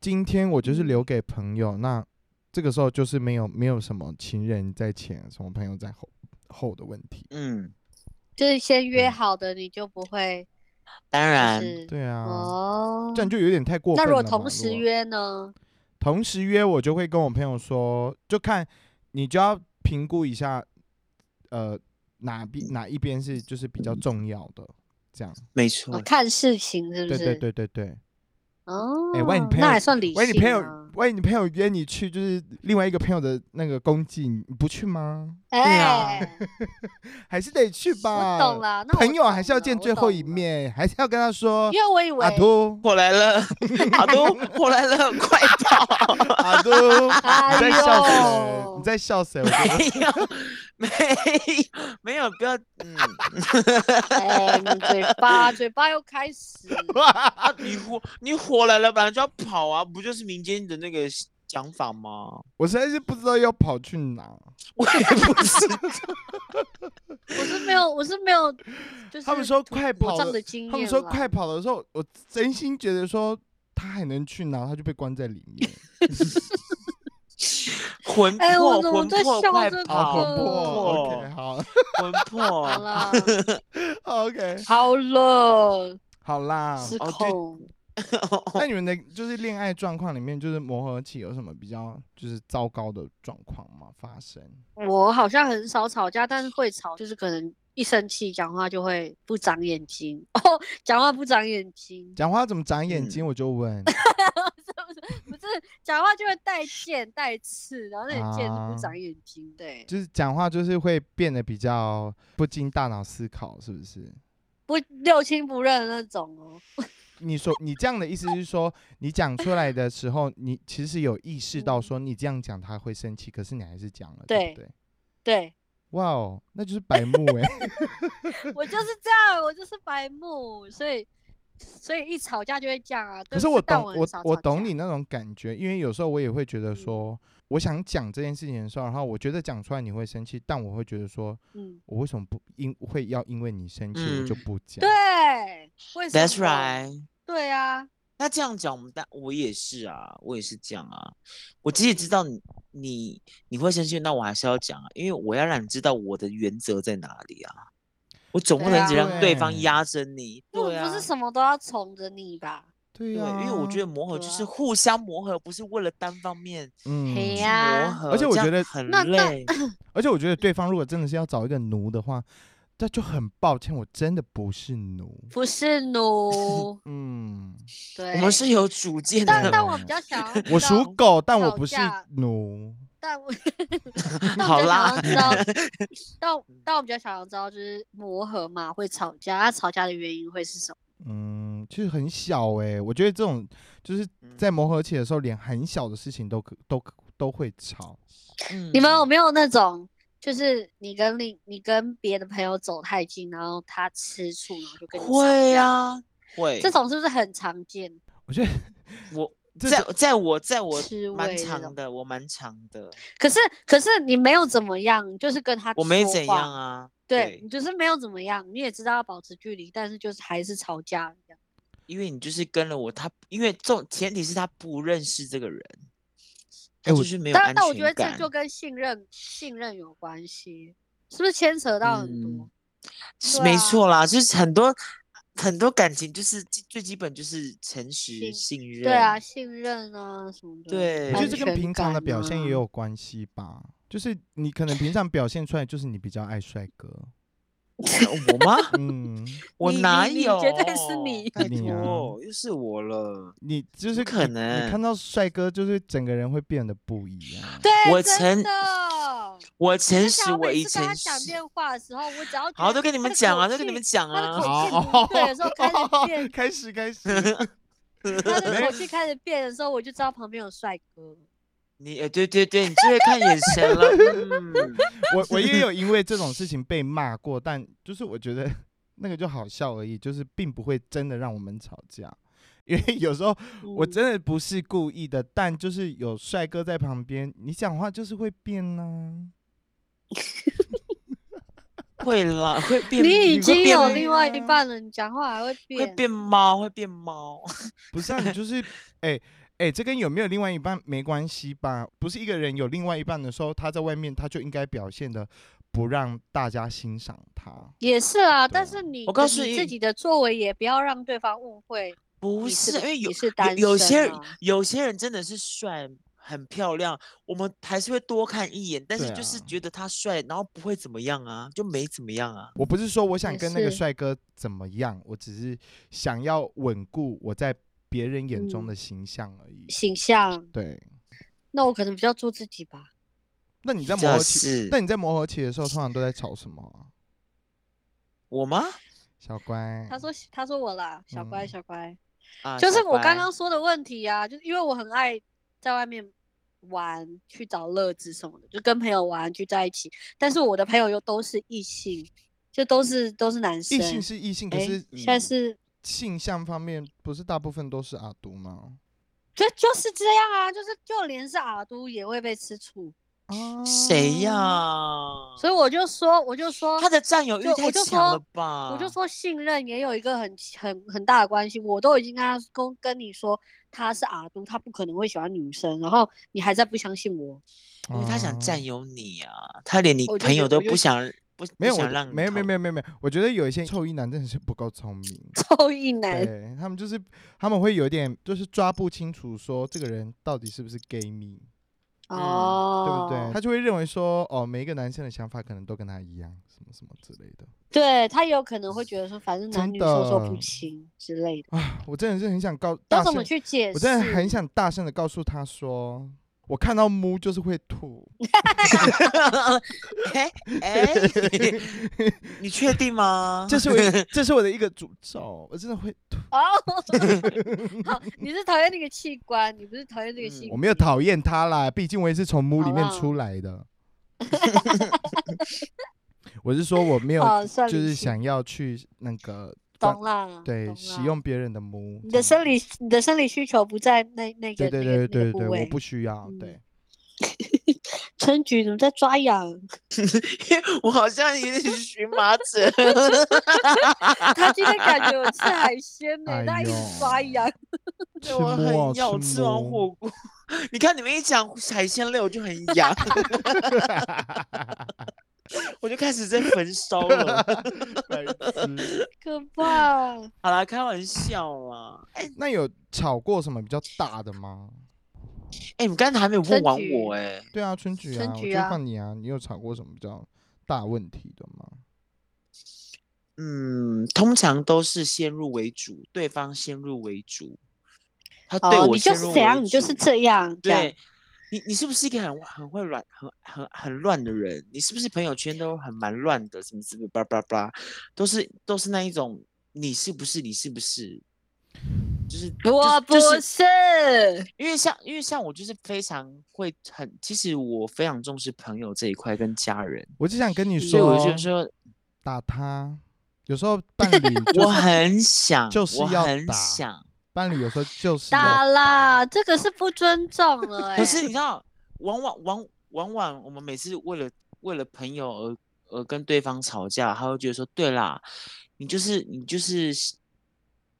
Speaker 1: 今天我就是
Speaker 3: 嗯
Speaker 1: 留给朋友，那这个时候就是没有没有什么情人在前，什么朋友在后后的问题。
Speaker 2: 嗯，
Speaker 3: 就是先约
Speaker 1: 对
Speaker 3: 好的，你就不会
Speaker 2: 当
Speaker 3: 就
Speaker 2: 然，
Speaker 3: 是
Speaker 1: 对啊，
Speaker 3: 哦。
Speaker 1: 这样就有点太过分
Speaker 3: 那
Speaker 1: 了
Speaker 3: 如
Speaker 1: 嘛。
Speaker 3: 果同时约呢？
Speaker 1: 同时约我就会跟我朋友说，就看你就要评估一下，呃，哪边
Speaker 3: 嗯
Speaker 1: 哪一边是就是比较重要的，这样。
Speaker 2: 没
Speaker 3: 哦
Speaker 2: 错，
Speaker 3: 看事情是不
Speaker 1: 对
Speaker 3: 是？
Speaker 1: 对对对对。
Speaker 3: 哦，
Speaker 1: 哎万一你朋友
Speaker 3: 那还算理性、啊。
Speaker 1: 万一你朋友，万一你朋友约你去，就是另外一个朋友的那个公祭，你不去吗？ *laughs* 啊
Speaker 3: 哎、
Speaker 1: 还是得去吧。
Speaker 3: 我懂。了。那我
Speaker 1: 朋友还
Speaker 3: 懂
Speaker 1: 是要
Speaker 3: 了
Speaker 1: 见
Speaker 3: 我
Speaker 1: 最后
Speaker 3: 懂
Speaker 1: 一
Speaker 3: 了
Speaker 1: 面，还是要跟他说
Speaker 3: 因为我以为
Speaker 1: 阿都
Speaker 2: 我来了，阿都，
Speaker 1: *laughs*
Speaker 2: 我来了，快跑！ *laughs*
Speaker 1: 阿都，你在笑
Speaker 3: *laughs* 哎
Speaker 1: 谁
Speaker 3: 呦？
Speaker 1: 你在笑谁？我觉得
Speaker 2: 没有，没有，没有，不要，嗯，
Speaker 3: 哎，你嘴巴嘴巴又开始 *laughs*
Speaker 2: 啊你火你火来了，本来就要跑啊，不就是民间的那个讲法吗？
Speaker 1: *laughs*
Speaker 2: *laughs*
Speaker 1: 我实在是不知道要跑去哪。
Speaker 2: 我也不是，
Speaker 3: 我是没有，我是没有，就是
Speaker 1: 他们说
Speaker 3: 土
Speaker 1: 快
Speaker 3: 土
Speaker 1: 跑
Speaker 3: 葬
Speaker 1: 了
Speaker 3: 的经验啦，
Speaker 1: 他们说快跑的时候，我真心觉得说他还能去哪，他就被关在里 *laughs* 面。
Speaker 2: 魂
Speaker 3: 哎我
Speaker 2: 魄，
Speaker 3: 怎么
Speaker 2: 魂
Speaker 3: 在
Speaker 2: 魄，
Speaker 3: 笑
Speaker 2: 快
Speaker 3: 这个
Speaker 1: 好
Speaker 2: 跑！
Speaker 1: 恐怖哦。
Speaker 2: 魂
Speaker 1: 啊 OK，好
Speaker 2: 魂魄，
Speaker 3: 好了，
Speaker 1: ，OK，
Speaker 3: 好了，
Speaker 1: 好啦。
Speaker 3: 失
Speaker 2: 哦对
Speaker 3: 控。
Speaker 1: 那你们的就是恋爱状况里面，就是磨合期有什么比较就是糟糕的状况吗？发生？
Speaker 3: 我好像很少吵架，但是会吵，就是可能一生气讲话就会不长眼睛， *laughs* 哦，讲话不长眼睛，
Speaker 1: 讲话怎么长眼睛，我就问。
Speaker 3: 不是讲话就会带剑带刺，然后那个剑是
Speaker 1: 啊
Speaker 3: 不长眼睛，对，
Speaker 1: 就是讲话就是会变得比较不经大脑思考，是不是？
Speaker 3: 不六亲不认的那种哦。
Speaker 1: 你说你这样的意思是说，你讲出来的时候，你其实有意识到说你这样讲他会生气，可是你还是讲了，嗯对不
Speaker 3: 对
Speaker 1: 对？
Speaker 3: 对
Speaker 1: 哇哦，那就是白目 *laughs* 哎、
Speaker 3: 我就是这样，我就是白目，所以所以一吵架就会这样啊。对
Speaker 1: 可是
Speaker 3: 不
Speaker 1: 我
Speaker 3: 但
Speaker 1: 懂
Speaker 3: 我
Speaker 1: 我
Speaker 3: 很少
Speaker 1: 我
Speaker 3: 吵
Speaker 1: 懂
Speaker 3: 架嗯
Speaker 1: 你，那种感觉，因为有时候我也会觉得说，我想讲这件事情的时候，然后我觉得讲出来你会生气，但我会觉得说
Speaker 3: 嗯，
Speaker 1: 我为什么不因会要因为你生气、我就
Speaker 2: 嗯
Speaker 1: 不讲？
Speaker 3: 对，为什么 *laughs*
Speaker 2: That's right。
Speaker 3: 对啊，
Speaker 2: 那这样讲，我们大我也是啊，我也是这样啊。我其实也知道你你你会生气，那我还是要讲啊，因为我要让你知道我的原则在哪里啊。我总不
Speaker 3: 对
Speaker 2: 能
Speaker 3: 啊
Speaker 2: 只让对方
Speaker 1: 对
Speaker 2: 压着你，
Speaker 3: 我
Speaker 2: 对啊，
Speaker 3: 不是什么都要宠着你吧？
Speaker 1: 对
Speaker 2: 对，
Speaker 1: 呀、
Speaker 2: 因为我觉得磨合
Speaker 3: 对
Speaker 2: 就
Speaker 3: 啊
Speaker 2: 是互相磨合，不是为了单方面
Speaker 1: 嗯，
Speaker 3: 嘿
Speaker 2: 去
Speaker 3: 呀
Speaker 2: 磨
Speaker 3: 啊
Speaker 2: 合，
Speaker 1: 而且我
Speaker 2: 这样
Speaker 1: 觉得
Speaker 2: 很
Speaker 3: 那那
Speaker 2: 累。
Speaker 1: 而且我觉得对方如果真的是要找一个奴的话，那就很抱歉，我真的不是奴。，
Speaker 3: 不是
Speaker 2: *laughs*
Speaker 3: 奴
Speaker 1: 嗯，
Speaker 3: 对，
Speaker 2: 我们是有主
Speaker 3: *laughs*
Speaker 2: 见
Speaker 3: 但
Speaker 1: 人
Speaker 2: 的，
Speaker 3: 但我比较想要知
Speaker 1: *laughs* 我属
Speaker 3: 道，
Speaker 1: 狗，但我
Speaker 3: 吵
Speaker 1: 不是
Speaker 3: 架
Speaker 1: 奴。
Speaker 3: 但
Speaker 2: *laughs*
Speaker 3: 我但
Speaker 2: 好
Speaker 3: 我比较想
Speaker 2: 啦
Speaker 3: 要知道，
Speaker 2: *laughs*
Speaker 3: 但我但我比较想要知道就是磨合嘛，会吵架，那吵架的原因会是什么？
Speaker 1: 嗯，其实很小哎、我觉得这种就是
Speaker 2: 嗯
Speaker 1: 在磨合期的时候，连很小的事情都可都可都会吵。
Speaker 3: 你们
Speaker 2: 嗯
Speaker 3: 有没有那种，就是你跟另你跟别的朋友走太近，然后他吃醋，然后就跟你吵
Speaker 2: 会
Speaker 3: 架？
Speaker 2: 啊，会
Speaker 3: 这种是不是很常见？
Speaker 1: 我觉得
Speaker 2: 我
Speaker 1: 这
Speaker 2: 在
Speaker 1: 种
Speaker 2: 在我在我
Speaker 3: 吃味
Speaker 2: 蛮
Speaker 3: 这
Speaker 2: 长
Speaker 3: 种
Speaker 2: 的，我蛮长的，
Speaker 3: 可是可是你没有怎么样，就是跟他
Speaker 2: 我没
Speaker 3: 说
Speaker 2: 怎
Speaker 3: 话
Speaker 2: 样，啊。
Speaker 3: 对你就是没有怎么样，你也知道要保持距离，但是就是还是吵架这样。
Speaker 2: 因为你就是跟了我，他因为重前提是他不认识这个人，他
Speaker 1: 我
Speaker 2: 就是没有
Speaker 3: 但
Speaker 2: 安
Speaker 3: 但我觉得
Speaker 2: 全
Speaker 3: 这
Speaker 2: 感。
Speaker 3: 就跟信任信任有关系，是不是牵扯到很多？
Speaker 2: 嗯是
Speaker 3: 对
Speaker 2: 没
Speaker 3: 啊
Speaker 2: 错啦，就是很多很多感情就是最最基本就是诚实
Speaker 3: 信
Speaker 2: 信任。
Speaker 3: 对啊，，信任啊什么的。
Speaker 2: 嗯对
Speaker 1: 我觉
Speaker 3: 安
Speaker 1: 得这跟
Speaker 3: 全
Speaker 1: 平常的
Speaker 3: 感
Speaker 1: 表现也
Speaker 3: 啊
Speaker 1: 有关系吧。就是你可能平常表现出来，就是你比较爱帅哥。*laughs*
Speaker 2: 我吗？
Speaker 3: *laughs*
Speaker 1: 嗯，
Speaker 2: 我
Speaker 3: 你
Speaker 2: 哪
Speaker 3: 你你
Speaker 2: 有？
Speaker 3: 绝对是 *laughs* 你
Speaker 2: 拜
Speaker 1: 你啊
Speaker 2: 托，又是我了。
Speaker 1: 你就是
Speaker 2: 不可
Speaker 1: 你你
Speaker 2: 能
Speaker 1: 看到帅哥，就是整个人会变得不一样。
Speaker 3: 对，
Speaker 2: 我
Speaker 3: 真
Speaker 2: 曾
Speaker 3: 的
Speaker 2: 我
Speaker 3: 你
Speaker 2: 诚
Speaker 3: 就想
Speaker 2: 实，
Speaker 3: 我
Speaker 2: 我
Speaker 3: 每
Speaker 2: 一
Speaker 3: 次跟他
Speaker 2: 诚
Speaker 3: 讲
Speaker 2: 实。
Speaker 3: 电话的时候，我只要觉
Speaker 2: 好，
Speaker 3: 得
Speaker 2: 都跟你
Speaker 3: 他
Speaker 2: 们
Speaker 3: 的
Speaker 2: 讲啊，
Speaker 3: 口
Speaker 2: 都跟你们
Speaker 3: 气
Speaker 2: 讲
Speaker 3: 他的
Speaker 2: 啊。
Speaker 3: 口
Speaker 1: 好，
Speaker 3: 气不对的时候开始变
Speaker 1: *laughs* 开始开始。
Speaker 3: 他的
Speaker 1: 没
Speaker 3: *laughs* 口气开始变的时候，我就知道旁边有帅哥。
Speaker 2: 你呃，对对对，你就会看眼神了。嗯，
Speaker 1: 我我也有因为这种事情被骂过，但就是我觉得 *laughs* 那个就好笑而已，就是并不会真的让我们吵架，因为有时候我
Speaker 3: 嗯
Speaker 1: 真的不是故意的，但就是有帅哥在旁边，你讲话就是会变呢、
Speaker 2: 会啦，会变。
Speaker 3: 你已
Speaker 2: 会
Speaker 3: 经
Speaker 2: 变
Speaker 3: 有另外一
Speaker 2: 啊，
Speaker 3: 半了，你讲话还会变，
Speaker 2: 会变猫，会变猫。
Speaker 1: 不是啊，你就是哎哎、这跟有没有另外一半没关系吧？不是一个人有另外一半的时候，他在外面他就应该表现的不让大家欣赏他。
Speaker 3: 也是啊。
Speaker 1: 对
Speaker 3: 但
Speaker 1: 啊
Speaker 3: 是你
Speaker 2: 我告
Speaker 3: 的
Speaker 2: 诉
Speaker 3: 你
Speaker 2: 你
Speaker 3: 自己的作为也不要让对方误会，
Speaker 2: 不
Speaker 3: 你
Speaker 2: 是，
Speaker 3: 是
Speaker 2: 因
Speaker 3: 不
Speaker 2: 为
Speaker 3: 你
Speaker 2: 有
Speaker 3: 是
Speaker 2: 有
Speaker 3: 单
Speaker 2: 有
Speaker 3: 身
Speaker 2: 些人
Speaker 3: 啊
Speaker 2: 有些人真的是帅很漂亮，我们还是会多看一眼，但是
Speaker 1: 对
Speaker 2: 就是
Speaker 1: 啊
Speaker 2: 觉得他帅，然后不会怎么样啊，就没怎么样啊。
Speaker 1: 我不是说我想
Speaker 3: 也
Speaker 1: 跟那个
Speaker 3: 是
Speaker 1: 帅哥怎么样，我只是想要稳固我在别人眼中
Speaker 3: 嗯
Speaker 1: 的形象而已。
Speaker 3: 形象。
Speaker 1: 对，
Speaker 3: 那我可能比较做自己吧。
Speaker 1: 那你在磨
Speaker 2: 这
Speaker 1: 合期，
Speaker 2: 是
Speaker 1: 那你在磨合期的时候，通常都在吵什么啊？
Speaker 2: 我吗？
Speaker 1: 小乖，
Speaker 3: 他说他说我啦，小乖
Speaker 1: 嗯
Speaker 3: 小乖，
Speaker 2: 啊，
Speaker 3: 就是
Speaker 2: 小
Speaker 3: 我刚
Speaker 2: 乖
Speaker 3: 刚说的问题啊，就是因为我很爱在外面玩，去找乐子什么的，就跟朋友玩聚在一起。但是我的朋友又都是异性，就都是都是男生。
Speaker 1: 异性是异性，可
Speaker 3: 诶
Speaker 1: 是
Speaker 3: 现在
Speaker 1: 嗯
Speaker 3: 是
Speaker 1: 性向方面，不是大部分都是阿都吗？
Speaker 3: 就就是这样啊，就是就连是阿都也会被吃醋，
Speaker 1: 啊，
Speaker 3: 哦
Speaker 2: 谁呀、
Speaker 1: 哦
Speaker 3: 所以我就说我就说
Speaker 2: 他的占有欲
Speaker 3: 就我
Speaker 2: 太
Speaker 3: 就
Speaker 2: 强了
Speaker 3: 说
Speaker 2: 吧？
Speaker 1: 啊
Speaker 3: 我就说信任也有一个很很很大的关系。我都已经跟他跟跟你说他是阿都，他不可能会喜欢女生，然后你还在不相信我。 *laughs*
Speaker 2: 因为他想
Speaker 1: 啊
Speaker 2: 占有你啊，他连你
Speaker 3: 我就
Speaker 2: 朋
Speaker 3: 觉
Speaker 2: 友
Speaker 3: 得
Speaker 2: 都
Speaker 3: 我就
Speaker 2: 不想不
Speaker 1: 没有，
Speaker 2: 不
Speaker 1: 我
Speaker 2: 想
Speaker 1: 觉
Speaker 2: 让你
Speaker 1: 没有，没有，
Speaker 2: 靠
Speaker 1: 没有，没有，没有。我觉得有一些臭衣男真的是不够聪明，
Speaker 3: *laughs* 臭一男，
Speaker 1: 对他们就是他们会有点就是抓不清楚，说这个人到底是不是 gay 蜜，
Speaker 2: 嗯
Speaker 1: 对不
Speaker 3: 哦，
Speaker 1: 对？他就会认为说，哦，每一个男生的想法可能都跟他一样，什么什么之类的。
Speaker 3: 对他有可能会觉得说，反正男
Speaker 1: 真
Speaker 3: 女授受
Speaker 1: 的
Speaker 3: 不亲之类的，
Speaker 1: 啊，我真的是很想告
Speaker 3: 要
Speaker 1: 大
Speaker 3: 怎么
Speaker 1: 声，
Speaker 3: 去解释？
Speaker 1: 我真的很想大声的告诉他说，我看到木就是会
Speaker 3: *laughs*
Speaker 1: 吐。
Speaker 2: *laughs* 哎哎，你确定吗？
Speaker 1: 这是我
Speaker 3: *laughs*
Speaker 1: 一，这是我的一个诅咒，我真的会吐。
Speaker 3: 哦。 *laughs* 好，你是讨厌那个器官，你不是讨厌这个
Speaker 2: 嗯
Speaker 3: 性、
Speaker 1: 我没有讨厌他啦，毕竟我也是从母里面
Speaker 3: 啊
Speaker 1: 出来
Speaker 3: *laughs*
Speaker 1: 的。 *laughs* 我是说我没有
Speaker 3: 好，算
Speaker 1: 就
Speaker 3: 理
Speaker 1: 是
Speaker 3: 性
Speaker 1: 想要去那个
Speaker 3: 懂啦，
Speaker 1: 对
Speaker 3: 懂
Speaker 1: 使
Speaker 3: 啦
Speaker 1: 用别人的母，
Speaker 3: 你的
Speaker 1: 这样
Speaker 3: 生理你的生理需求不在那那个
Speaker 1: 对对
Speaker 3: 那个
Speaker 1: 对对
Speaker 3: 那个部
Speaker 1: 对，我
Speaker 3: 位。
Speaker 1: 不需要
Speaker 3: 嗯
Speaker 1: 对。
Speaker 3: 陈菊怎么在抓
Speaker 1: *laughs*
Speaker 3: 痒？
Speaker 2: *laughs* 我好像也是荨麻 *laughs* 疹。
Speaker 3: 他今天感觉我吃海鲜呢、
Speaker 1: 哎
Speaker 3: 他一直抓
Speaker 1: 呦
Speaker 3: 痒。
Speaker 1: 吃
Speaker 2: 我
Speaker 1: 摸啊
Speaker 2: 很痒，我
Speaker 1: 吃
Speaker 2: 吃完
Speaker 1: 摸
Speaker 2: 火
Speaker 1: *laughs*
Speaker 2: 锅， *laughs* 你看你们一讲海鲜类，我就很痒， *laughs* 我就开始在焚烧了。 *laughs*
Speaker 1: 白痴
Speaker 3: 可怕！
Speaker 2: 好啦，开玩笑啦。
Speaker 1: 那有吵过什么比较大的吗？
Speaker 2: 哎、你刚才还没有
Speaker 3: 春
Speaker 2: 问完
Speaker 3: 菊
Speaker 2: 我哎、
Speaker 1: 对啊，春菊
Speaker 3: 春
Speaker 1: 啊，
Speaker 3: 菊
Speaker 1: 我就
Speaker 3: 啊
Speaker 1: 换你啊，你有吵过什么比较大问题的吗？
Speaker 2: 嗯，通常都是先入为主，对方先入为主，他对
Speaker 3: 哦，
Speaker 2: 我
Speaker 3: 你就
Speaker 2: 先
Speaker 3: 是
Speaker 2: 入
Speaker 3: 怎样，
Speaker 2: 为
Speaker 3: 你就是
Speaker 2: 主
Speaker 3: 这样，这样
Speaker 2: 对。你你是不是一个很很会乱很很很乱的人？你是不是朋友圈都很蛮乱的？什么什么叭叭叭，都是都是那一种，你是不是你是不是？就是
Speaker 3: 我不
Speaker 2: 就是
Speaker 3: 是，
Speaker 2: 因为像因为像我就是非常会很，其实我非常重视朋友这一块跟家人，
Speaker 1: 我只想跟你
Speaker 2: 所以我就
Speaker 1: 说
Speaker 2: 说
Speaker 1: 打他，有时候伴
Speaker 2: *laughs*
Speaker 1: 侣
Speaker 2: 我
Speaker 1: 就
Speaker 2: 很想，
Speaker 1: 就是
Speaker 2: 我
Speaker 1: 要
Speaker 2: 很
Speaker 1: 打
Speaker 2: 想。
Speaker 1: 伴侣有时候就是
Speaker 3: 打
Speaker 1: 要
Speaker 3: 啦，这个是不尊重了、欸。
Speaker 2: 可哎是你 *laughs* 知道，往往往往往我们每次为了为了朋友而而跟对方吵架，他会觉得说，对啦，你就是你就是喜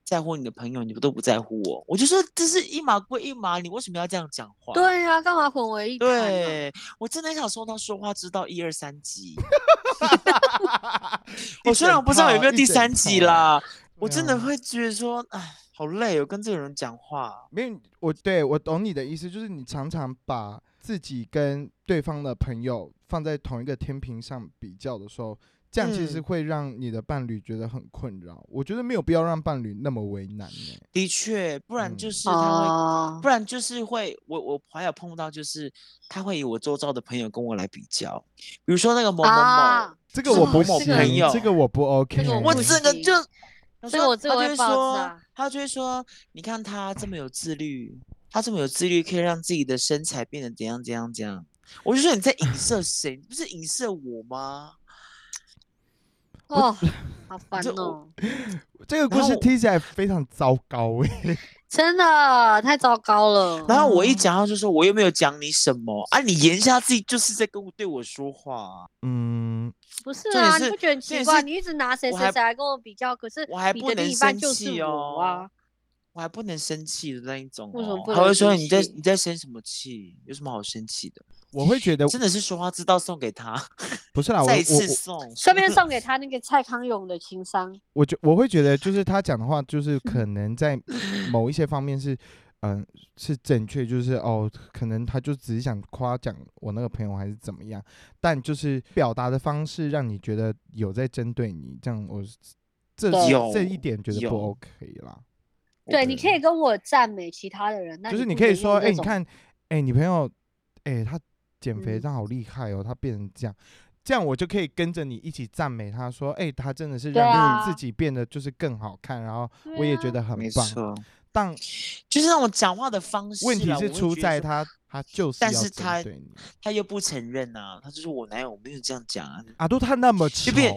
Speaker 2: 在乎你的朋友，你都不在乎我。我就说这是一码归一码，你为什么要这样讲话？
Speaker 3: 对呀、干嘛混为一谈、啊？，
Speaker 2: 对，我真的很想说他说话知道一二三集。
Speaker 1: *laughs* 一
Speaker 2: 我虽然
Speaker 1: 整
Speaker 2: 我不知道有
Speaker 1: 套
Speaker 2: 没有
Speaker 1: 一
Speaker 2: 第
Speaker 1: 整
Speaker 2: 三集
Speaker 1: 套
Speaker 2: 啦，我真的
Speaker 1: 嗯
Speaker 2: 会觉得说，哎，好累哦，跟这个人讲话。
Speaker 1: 没有，我对我懂你的意思，就是你常常把自己跟对方的朋友放在同一个天平上比较的时候，这样其实
Speaker 2: 嗯
Speaker 1: 会让你的伴侣觉得很困扰。我觉得没有必要让伴侣那么为难、欸。
Speaker 2: 的确，不然就
Speaker 1: 嗯
Speaker 2: 是他会
Speaker 3: 哦
Speaker 2: 不，然就是会，我我还有碰到，就是他会以我周遭的朋友跟我来比较，比如说那个某某某，
Speaker 3: 啊
Speaker 1: 这个我
Speaker 2: 这
Speaker 1: 不
Speaker 2: 哦个
Speaker 1: 行，
Speaker 2: 朋友
Speaker 1: 这个我不 OK。
Speaker 3: 这个
Speaker 2: 我
Speaker 3: 不
Speaker 2: 整个
Speaker 3: 行
Speaker 2: *laughs* 就，
Speaker 3: 这
Speaker 2: 他
Speaker 3: 个
Speaker 2: 说
Speaker 3: 我这
Speaker 2: 他
Speaker 3: 个会
Speaker 2: 就会
Speaker 3: 爆啊
Speaker 2: 说
Speaker 3: 炸，
Speaker 2: 他就会说，你看他这么有自律，他这么有自律，可以让自己的身材变得怎样怎样怎样。我就说你在影射谁？你不是影射我吗？
Speaker 3: 哦，好烦
Speaker 2: 这我
Speaker 3: 哦，
Speaker 1: 这个故
Speaker 2: 然
Speaker 1: 事
Speaker 2: 后
Speaker 1: 听起来非常糟糕哎、
Speaker 3: 真的太糟糕了。嗯
Speaker 2: 然后我一讲，他就说我又没有讲你什么啊，你言下之意就是在跟我对我说话啊、
Speaker 1: 嗯，
Speaker 3: 不是
Speaker 2: 重点
Speaker 3: 啊，你
Speaker 2: 是
Speaker 3: 不觉得很
Speaker 2: 重
Speaker 3: 奇
Speaker 2: 点
Speaker 3: 怪？
Speaker 2: 是
Speaker 3: 你一直拿谁
Speaker 2: 我
Speaker 3: 谁
Speaker 2: 还
Speaker 3: 谁来跟我比较，可是
Speaker 2: 我还
Speaker 3: 你
Speaker 2: 不
Speaker 3: 的另
Speaker 2: 能
Speaker 3: 一半
Speaker 2: 生
Speaker 3: 就是
Speaker 2: 气
Speaker 3: 我啊
Speaker 2: 哦。，我还不能生气的那一种、哦，
Speaker 3: 为什么不
Speaker 2: 还
Speaker 3: 能
Speaker 2: 会说
Speaker 3: 生
Speaker 2: 你在
Speaker 3: 气
Speaker 2: 你在生什么气？有什么好生气的？
Speaker 1: 我会觉得
Speaker 2: 真的是说话之道送给他，
Speaker 1: 不是啦，哎我
Speaker 2: 再
Speaker 1: 我
Speaker 2: 次
Speaker 1: 我
Speaker 3: *laughs*
Speaker 2: 送，
Speaker 3: 顺
Speaker 2: *laughs*
Speaker 3: 便送给他那个蔡康永的情商。
Speaker 1: 我觉我会觉得，就是他讲的话，就是可能在某一些方面是，嗯、是正确，就是哦，可能他就只是想夸奖我那个朋友还是怎么样，但就是表达的方式让你觉得有在针对你，这样我是这
Speaker 3: 对
Speaker 2: 有
Speaker 1: 这一点觉得不
Speaker 2: 有
Speaker 1: OK 啦，
Speaker 3: 对，你可以跟我赞美其他的人，那
Speaker 1: 就是
Speaker 3: 你
Speaker 1: 你
Speaker 3: 不
Speaker 1: 可以
Speaker 3: 能用
Speaker 1: 说，哎、
Speaker 3: 那
Speaker 1: 你
Speaker 3: 种，
Speaker 1: 看，哎、你朋友，哎、他减肥
Speaker 3: 嗯
Speaker 1: 这样好厉害哦，他变成这样。这样我就可以跟着你一起赞美他，说：“哎、他真的是
Speaker 3: 对
Speaker 1: 让
Speaker 3: 啊
Speaker 1: 自己变得就是更好看，然后
Speaker 3: 对
Speaker 1: 我也
Speaker 3: 啊
Speaker 1: 觉得很
Speaker 2: 没
Speaker 1: 棒。
Speaker 2: 错，
Speaker 1: 但
Speaker 2: 就是那种讲话的方式啦。
Speaker 1: 问题
Speaker 2: 我
Speaker 1: 是
Speaker 2: 会
Speaker 1: 出
Speaker 2: 觉得
Speaker 1: 在
Speaker 2: 说
Speaker 1: 他，他就是
Speaker 2: 但
Speaker 1: 要
Speaker 2: 是
Speaker 1: 针
Speaker 2: 他
Speaker 1: 对你
Speaker 2: 他又不承认啊，他就说我哪有我没有这样讲啊，
Speaker 1: 啊，都他那么丑
Speaker 2: 就，变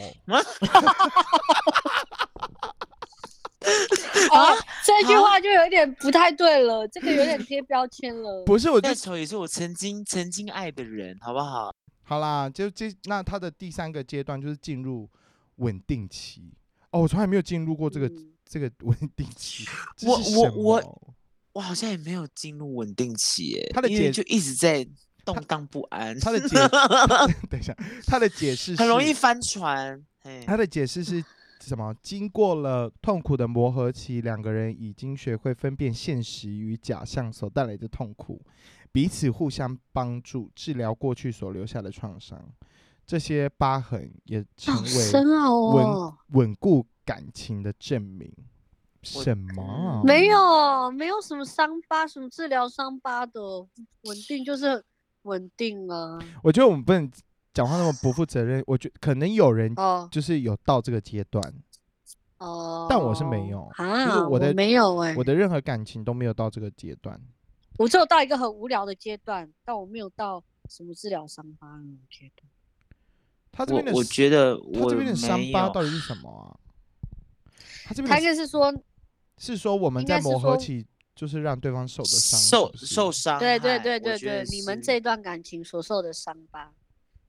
Speaker 3: 啊，这句话就有点不太对了，这个有点贴标签
Speaker 1: *laughs*
Speaker 3: 了。
Speaker 1: 不是我就
Speaker 2: 再丑也是我曾经曾经爱的人，好不好？
Speaker 1: 好啦，就这那他的第三个阶段就是进入稳定期哦，我从来没有进入过这个、
Speaker 3: 嗯
Speaker 1: 这个稳定期，这
Speaker 2: 我
Speaker 1: 是
Speaker 2: 我
Speaker 1: 什
Speaker 2: 我
Speaker 1: 么
Speaker 2: 我好像也没有进入稳定期耶，
Speaker 1: 他的
Speaker 2: 因为
Speaker 1: 解
Speaker 2: 就一直在动荡不安，
Speaker 1: 他的
Speaker 3: *laughs*
Speaker 2: *laughs*
Speaker 1: 解等一下，他的解释
Speaker 2: 很容易
Speaker 1: 是
Speaker 2: 翻船。嘿
Speaker 1: 他的解释是什么？经过了痛苦的磨合期，两个人已经学会分辨现实与假象所带来的痛苦，彼此互相帮助，治疗过去所留下的创伤。这些疤痕也成
Speaker 3: 好
Speaker 1: 为
Speaker 3: 深奥
Speaker 1: 稳、
Speaker 3: 哦，
Speaker 1: 稳固感情的证明。
Speaker 2: 我
Speaker 1: 什么啊？
Speaker 3: 没有没有什么伤疤，什么治疗伤疤的，稳定就是稳定啊。
Speaker 1: 我觉得我们不能讲话那么不负责任。我觉可能有人
Speaker 3: 哦
Speaker 1: 就是有到这个阶段，
Speaker 3: 哦，
Speaker 1: 但我是没有就是
Speaker 3: 啊，
Speaker 1: 我的
Speaker 3: 没有哎，
Speaker 1: 我的任何感情都没有到这个阶段。
Speaker 3: 我只有到一个很无聊的阶段，但我没有到什么治疗伤疤那种阶段。
Speaker 1: 他这
Speaker 2: 我
Speaker 1: 边的
Speaker 2: 我
Speaker 1: 是
Speaker 2: 觉得
Speaker 1: 他
Speaker 2: 我
Speaker 1: 这边的伤
Speaker 2: 没
Speaker 1: 疤
Speaker 2: 有
Speaker 1: 到底是什么啊？他这边
Speaker 3: 他
Speaker 1: 的
Speaker 3: 应该是说，
Speaker 1: 是说我们
Speaker 3: 应
Speaker 1: 在
Speaker 3: 该是
Speaker 1: 磨合
Speaker 3: 说
Speaker 1: 期，就是让对方受的伤，
Speaker 2: 受
Speaker 1: 是不是
Speaker 2: 受伤
Speaker 3: 对
Speaker 2: 害，
Speaker 3: 对对
Speaker 2: 我
Speaker 3: 对
Speaker 2: 觉得
Speaker 3: 对，你们
Speaker 2: 是
Speaker 3: 这段感情所受的伤疤，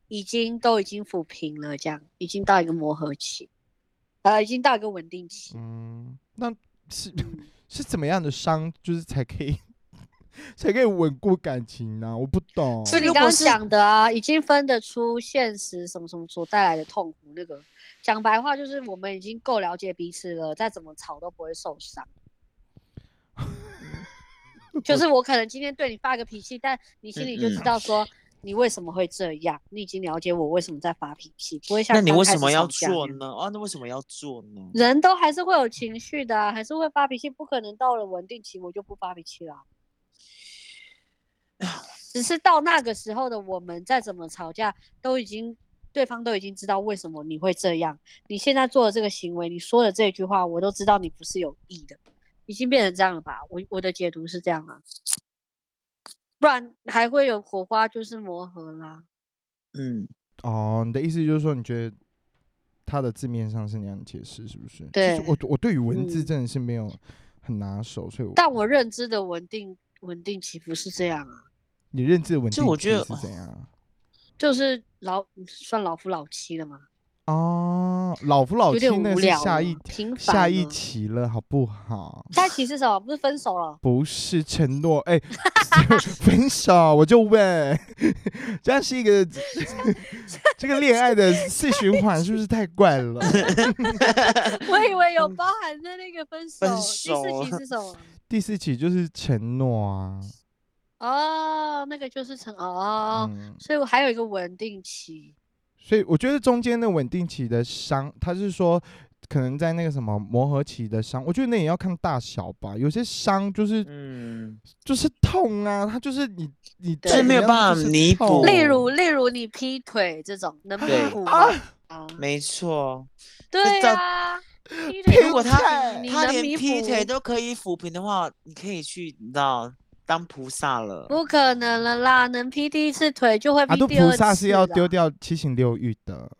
Speaker 3: 已经都已经抚平了，这样已经到一个磨合期，呃，已经到一个稳定期。
Speaker 1: 嗯，那是 *laughs*
Speaker 3: 嗯
Speaker 1: 是怎么样的伤，就是才可以才可以稳固感情呢、我不懂。
Speaker 2: 所以
Speaker 3: 你
Speaker 2: 如
Speaker 3: 刚
Speaker 2: 果
Speaker 3: 刚
Speaker 2: 是
Speaker 3: 讲的啊，已经分得出现实什么什么所带来的痛苦。那个讲白话就是，我们已经够了解彼此了，再怎么吵都不会受伤。就是我可能今天对你发个脾气，但你心里就知
Speaker 2: 嗯嗯嗯
Speaker 3: 道说你为什么会这样，你已经了解我为什么在发脾气，不会像
Speaker 2: 那你
Speaker 3: 刚
Speaker 2: 为
Speaker 3: 开
Speaker 2: 什
Speaker 3: 始
Speaker 2: 么要
Speaker 3: 吵架那
Speaker 2: 做
Speaker 3: 样
Speaker 2: 呢？啊，那为什么要做呢？
Speaker 3: 人都还是会有情绪的啊、还是会发脾气，不可能到了稳定期我就不发脾气啦、只是到那个时候的我们，再怎么吵架，都已经对方都已经知道为什么你会这样。你现在做的这个行为，你说的这句话，我都知道你不是有意的，已经变成这样了吧？我我的解读是这样啊，不然还会有火花，就是磨合啦。
Speaker 2: 嗯，
Speaker 1: 哦，你的意思就是说，你觉得他的字面上是那样解释，是不是？其实
Speaker 3: 对
Speaker 1: 我我对于文字
Speaker 3: 嗯
Speaker 1: 真的是没有很拿手，所以我
Speaker 3: 但我认知的稳定稳定期不是这样啊。
Speaker 1: 你认知的稳
Speaker 2: 就
Speaker 1: 定
Speaker 2: 我
Speaker 1: 期
Speaker 2: 觉得
Speaker 1: 是怎样啊？
Speaker 3: 就是老嗯算老夫老妻了嘛，
Speaker 1: 哦，老夫老
Speaker 3: 有
Speaker 1: 妻
Speaker 3: 点
Speaker 1: 那
Speaker 3: 无
Speaker 1: 是
Speaker 3: 聊
Speaker 1: 下
Speaker 3: 了
Speaker 1: 一
Speaker 3: 平凡
Speaker 1: 下一
Speaker 3: 了
Speaker 1: 期了，好不好？
Speaker 3: 在一起是什么？不是分
Speaker 1: *laughs*
Speaker 3: 手了？
Speaker 1: 不是承诺，哎、 *laughs* 分手我就问， *laughs* 这样是一
Speaker 3: *laughs*
Speaker 1: 个这个恋爱的四循环是不是太怪了？
Speaker 3: *laughs* 我以为
Speaker 1: 嗯
Speaker 3: 有包含在那个分手。
Speaker 2: 分
Speaker 3: 第四
Speaker 2: 手
Speaker 3: 期是
Speaker 1: *laughs*
Speaker 3: 什么？
Speaker 1: 第四期就是承诺啊，
Speaker 3: 哦，那个就是成哦，
Speaker 1: 嗯，
Speaker 3: 所以我还有一个稳定期。
Speaker 1: 所以我觉得中间的稳定期的伤，他是说可能在那个什么磨合期的伤，我觉得那也要看大小吧，有些伤就是、
Speaker 2: 嗯，
Speaker 1: 就是痛啊，它就是你你
Speaker 3: 对
Speaker 1: 再
Speaker 3: 是没
Speaker 1: 怎么样
Speaker 2: 有办
Speaker 1: 就
Speaker 2: 法
Speaker 1: 是
Speaker 2: 弥补
Speaker 1: 痛
Speaker 3: 例如，例如你劈腿这种能
Speaker 2: 对
Speaker 3: 弥补吗？啊，
Speaker 2: 没错。
Speaker 3: 对
Speaker 2: 这
Speaker 3: 啊，劈腿
Speaker 1: 如果
Speaker 2: 他
Speaker 3: 你
Speaker 2: 他
Speaker 3: 能
Speaker 2: 连
Speaker 3: 弥
Speaker 2: 劈腿
Speaker 3: 补，
Speaker 2: 都可以抚平的话，你可以去，你知道，当菩萨了。
Speaker 3: 不可能了啦，能劈第一次腿就会
Speaker 1: 阿
Speaker 3: 劈
Speaker 1: 杜
Speaker 3: 第二
Speaker 1: 菩
Speaker 3: 次。
Speaker 1: 萨啊是要丢，掉七情六欲的，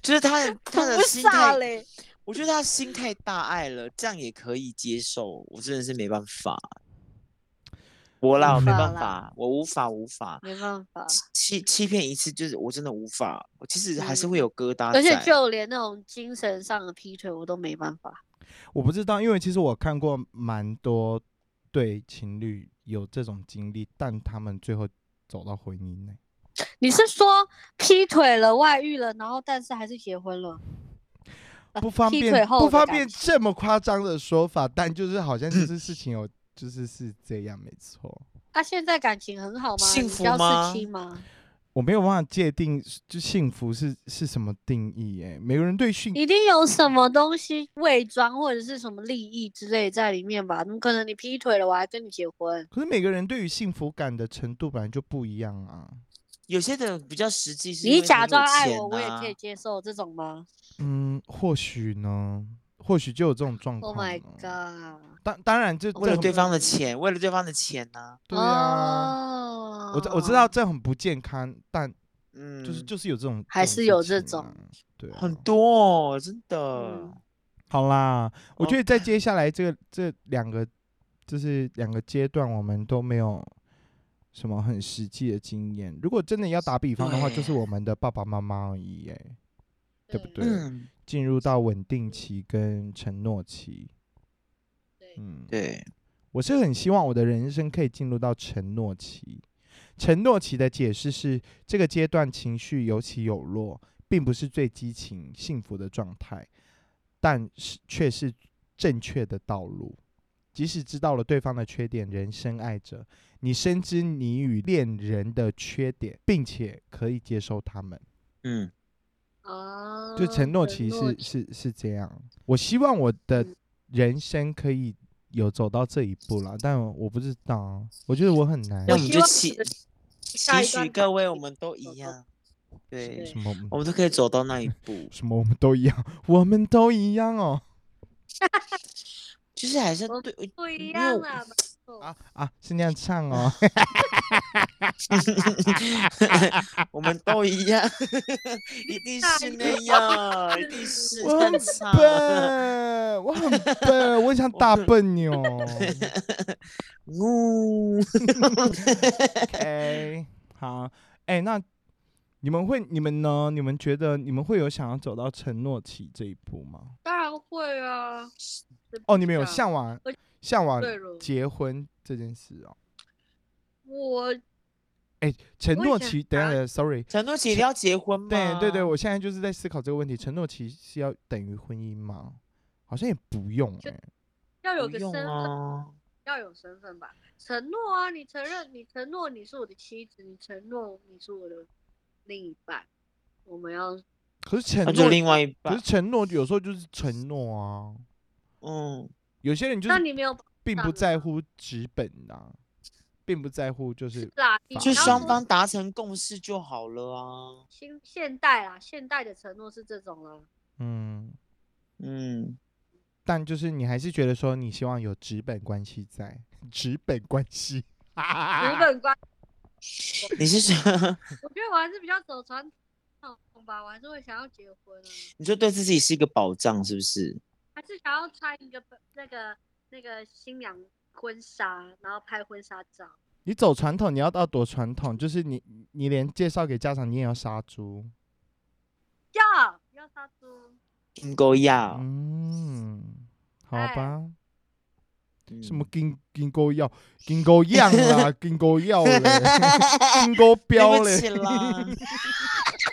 Speaker 2: 就是
Speaker 3: *laughs*
Speaker 2: 他的他的
Speaker 3: 菩
Speaker 2: 心
Speaker 3: 萨
Speaker 2: 态，
Speaker 3: 嘞。
Speaker 2: 我觉得他心态大爱了，这样也可以接受。我真的是没办法，我啦，我没
Speaker 3: 无法
Speaker 2: 办
Speaker 3: 啦
Speaker 2: 法，我无法无法
Speaker 3: 没办
Speaker 1: *laughs*
Speaker 3: 法，
Speaker 2: 欺欺欺骗一次，就是我真的无法，我其实还是会
Speaker 3: 嗯
Speaker 2: 有疙瘩在。
Speaker 3: 而且就连那种精神上的劈腿，我都没办法。
Speaker 1: 我不知道，因为其实我看过蛮多对情侣有这种经历，但他们最后走到婚姻内，
Speaker 3: 你是说劈腿了、外遇了，然后但是还是结婚了？呃
Speaker 1: 不方
Speaker 3: 劈腿
Speaker 1: 便
Speaker 3: 后
Speaker 1: 不
Speaker 3: 的
Speaker 1: 方
Speaker 3: 感
Speaker 1: 便
Speaker 3: 情
Speaker 1: 这么夸张的说法，但就是好像就是事情有就是是这样，没错。
Speaker 3: 啊，现在感情很好吗？
Speaker 2: 幸
Speaker 3: 你
Speaker 2: 福
Speaker 3: 交
Speaker 2: 吗
Speaker 3: 四七吗？
Speaker 1: 我没有办法界定就幸福是是什么定义、欸，哎，每个人对幸
Speaker 3: 一定有什么东西伪装或者是什么利益之类在里面吧？怎么可能你劈腿了我还跟你结婚？
Speaker 1: 可是每个人对于幸福感的程度本来就不一样啊。
Speaker 2: 有些的比较实际是因
Speaker 3: 你
Speaker 2: 为很
Speaker 3: 假
Speaker 2: 有
Speaker 3: 装爱
Speaker 2: 钱
Speaker 3: 我，我也
Speaker 2: 呐
Speaker 3: 可以接受这种吗
Speaker 1: 嗯，或许呢，或许就有这种状况
Speaker 3: ？Oh
Speaker 1: 呢。
Speaker 3: my god！
Speaker 1: 当当然这，这
Speaker 2: 为了
Speaker 1: 很
Speaker 2: 对方的
Speaker 3: 嗯
Speaker 2: 钱，为了对方的钱呢、
Speaker 1: 对啊，
Speaker 3: 哦
Speaker 1: 我知我知道这很不健康，但
Speaker 2: 嗯，
Speaker 1: 就是就是有这种，
Speaker 3: 还
Speaker 1: 种
Speaker 3: 是
Speaker 1: 事
Speaker 3: 有这
Speaker 1: 情
Speaker 3: 种
Speaker 1: 啊，对啊，
Speaker 2: 很多、哦，真的。
Speaker 3: 嗯
Speaker 1: 好啦，我
Speaker 2: 哦
Speaker 1: 觉得在接下来这个这两个，就是两个阶段，我们都没有什么很实际的经验。如果真的要打比方的话，就是
Speaker 2: 对
Speaker 1: 我们的爸爸妈妈而已，哎，对不对
Speaker 2: 嗯，
Speaker 1: 进入到稳定期跟承诺期。
Speaker 3: 对
Speaker 1: 嗯，
Speaker 2: 对，
Speaker 1: 我是很希望我的人生可以进入到承诺期。承诺期的解释是，这个阶段情绪有起有落，并不是最激情幸福的状态，但是却是正确的道路。即使知道了对方的缺点，仍深爱着你，深知你与恋人的缺点，并且可以接受他们。
Speaker 2: 嗯，
Speaker 3: 啊，
Speaker 1: 就承诺期
Speaker 3: 承诺
Speaker 1: 是是是这样。我希望我的
Speaker 3: 嗯
Speaker 1: 人生可以有走到这一步啦，但我不知道啊，我觉得我很难。啊
Speaker 2: 那
Speaker 3: 我
Speaker 2: 我们
Speaker 3: 希
Speaker 2: 就
Speaker 3: 望
Speaker 2: 期
Speaker 3: 我的下
Speaker 2: 期
Speaker 3: 一
Speaker 2: 许
Speaker 3: 段
Speaker 2: 各
Speaker 3: 感
Speaker 2: 位，
Speaker 3: 情
Speaker 2: 我们都
Speaker 3: 走
Speaker 2: 一
Speaker 3: 到
Speaker 2: 样，对
Speaker 1: 什，么
Speaker 2: 我们都可以走到那一
Speaker 3: *laughs*
Speaker 2: 步，
Speaker 1: 什么我们都一样，我们都一样哦。
Speaker 2: 就是还是
Speaker 3: 我 *laughs*
Speaker 2: 对，
Speaker 3: 不一
Speaker 2: 因为
Speaker 3: 样
Speaker 2: 我
Speaker 3: 啦，没错
Speaker 1: 啊啊，是那样唱
Speaker 3: *laughs*
Speaker 1: 哦。
Speaker 2: 我们都一样， *laughs* 一定是那
Speaker 3: *laughs*
Speaker 2: 样，一定是
Speaker 1: 我很
Speaker 2: 正常。
Speaker 1: 笨，我很笨，我想打笨
Speaker 3: *laughs*
Speaker 1: 牛。
Speaker 2: 呜，
Speaker 1: OK，好，哎、那你们会，你们呢？你们觉得你们会有想要走到承诺期这一步吗？
Speaker 3: 当然会啊。
Speaker 1: 哦，你们有
Speaker 3: 像。
Speaker 1: 向往
Speaker 3: 啊我
Speaker 1: 向往
Speaker 3: 对了
Speaker 1: 结婚这件事哦。
Speaker 3: 我
Speaker 1: 承
Speaker 3: 我以
Speaker 1: 诺
Speaker 3: 前
Speaker 1: 期，等一下
Speaker 3: 啊
Speaker 1: 等一下，sorry，
Speaker 2: 陈诺姐，你要结婚吗？
Speaker 1: 对对对，我现在就是在思考这个问题，承诺期是要等于婚姻吗？好像也不用哎、
Speaker 3: 就要有
Speaker 2: 不
Speaker 3: 个身
Speaker 2: 用
Speaker 3: 份，
Speaker 2: 啊。
Speaker 3: 要有身份吧？承诺啊，你承认，你承诺你是我的妻子，你承诺你是我的另一半，我们要
Speaker 1: 可是承
Speaker 2: 那就
Speaker 1: 诺，
Speaker 2: 另外一
Speaker 1: 可
Speaker 2: 半
Speaker 1: 是，承诺有时候就是承诺啊。
Speaker 2: 嗯，
Speaker 1: 有些人就
Speaker 3: 那
Speaker 1: 是
Speaker 3: 你没有保
Speaker 1: 并不
Speaker 3: 障
Speaker 1: 在
Speaker 3: 啊
Speaker 1: 乎纸本啊，并不在乎就是
Speaker 3: 啦，你
Speaker 1: 法
Speaker 2: 就
Speaker 3: 要
Speaker 2: 双
Speaker 3: 说
Speaker 2: 方达成共识就好了啊。
Speaker 3: 新现代啦，现代的承诺是这种啊啦，
Speaker 1: 嗯，
Speaker 2: 嗯，
Speaker 1: 但就是你还是觉得说你希望有纸本关系在，纸本关系，啊
Speaker 3: 日本观，
Speaker 2: 你是说
Speaker 3: 我觉得我还是比较走传统吧，我还是会想要结婚啊，
Speaker 2: 你就对自己是一个保障，是不是？
Speaker 3: 还是想要穿一个那个那个新娘婚纱，然后拍婚纱照。
Speaker 1: 你走传统，你要到多传统，就是你你连介绍给家长，你也要杀猪。
Speaker 3: 要要杀猪，
Speaker 2: 金钩要
Speaker 1: 嗯，好
Speaker 3: 哎
Speaker 1: 吧，嗯什么金金钩
Speaker 2: *laughs*
Speaker 1: 药、金钩样啦、金钩药嘞、金钩标
Speaker 2: 嗯 *laughs* 对不起
Speaker 1: 嘞，
Speaker 2: 啦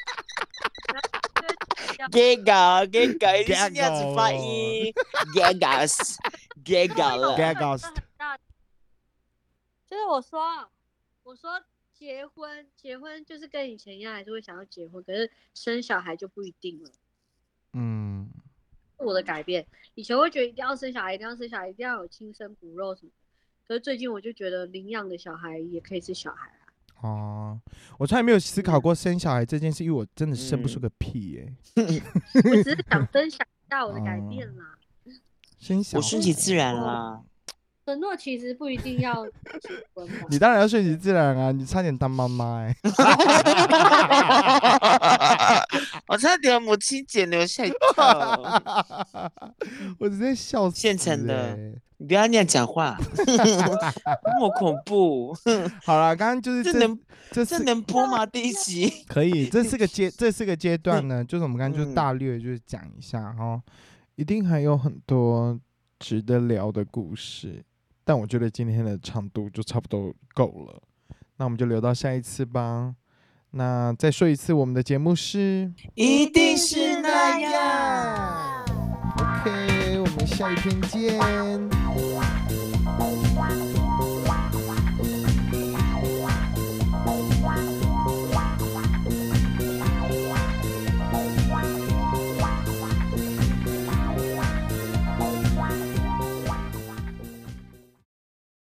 Speaker 2: *laughs*
Speaker 3: 要
Speaker 2: ，gaga，gaga，一定是那样子
Speaker 1: 哦
Speaker 2: 发音 *laughs* ，gagas，gaga
Speaker 3: 我
Speaker 2: 了，
Speaker 1: Gag- Gagged
Speaker 3: 很大。就是我说，啊我说结婚，结婚就是跟以前一样，还是会想要结婚，可是生小孩就不一定了。
Speaker 1: *laughs* 嗯，
Speaker 3: 是我的改变，以前会觉得一定要生小孩，一定要生小孩，一定要有亲生骨肉什么的。可是最近我就觉得领养的小孩也可以是小孩啊，
Speaker 1: 哦、我从来没有思考过生小孩这件事，因为我真的生不出
Speaker 2: 嗯
Speaker 1: 个屁耶、
Speaker 3: 我只是想分享一下我的改变啦。
Speaker 1: 先小
Speaker 2: 我顺其自然
Speaker 1: 了。
Speaker 2: 啦。 *laughs*
Speaker 3: 承诺其实不一定要 *laughs* 结婚嘛
Speaker 1: 你当然要顺其自然啊！你差点当妈妈哎、
Speaker 2: 我差点母亲节留下一
Speaker 1: *laughs*
Speaker 2: 套，
Speaker 1: *laughs* 我直接笑死、欸。
Speaker 2: 现成的你不要那样讲话，那么恐怖，
Speaker 1: 好啦，刚刚就是
Speaker 2: 这
Speaker 1: 这
Speaker 2: 能
Speaker 1: 这
Speaker 2: 这
Speaker 1: 四
Speaker 2: 能播吗？第一集，
Speaker 1: 可以，这四个阶这四个阶段呢，就是我们刚刚就
Speaker 2: 嗯
Speaker 1: 大略就是讲一下哈，一定还有很多值得聊的故事，但我觉得今天的长度就差不多够了，那我们就留到下一次吧。那再说一次，我们的节目是
Speaker 2: 一定是那样。
Speaker 1: OK，我们下一篇见。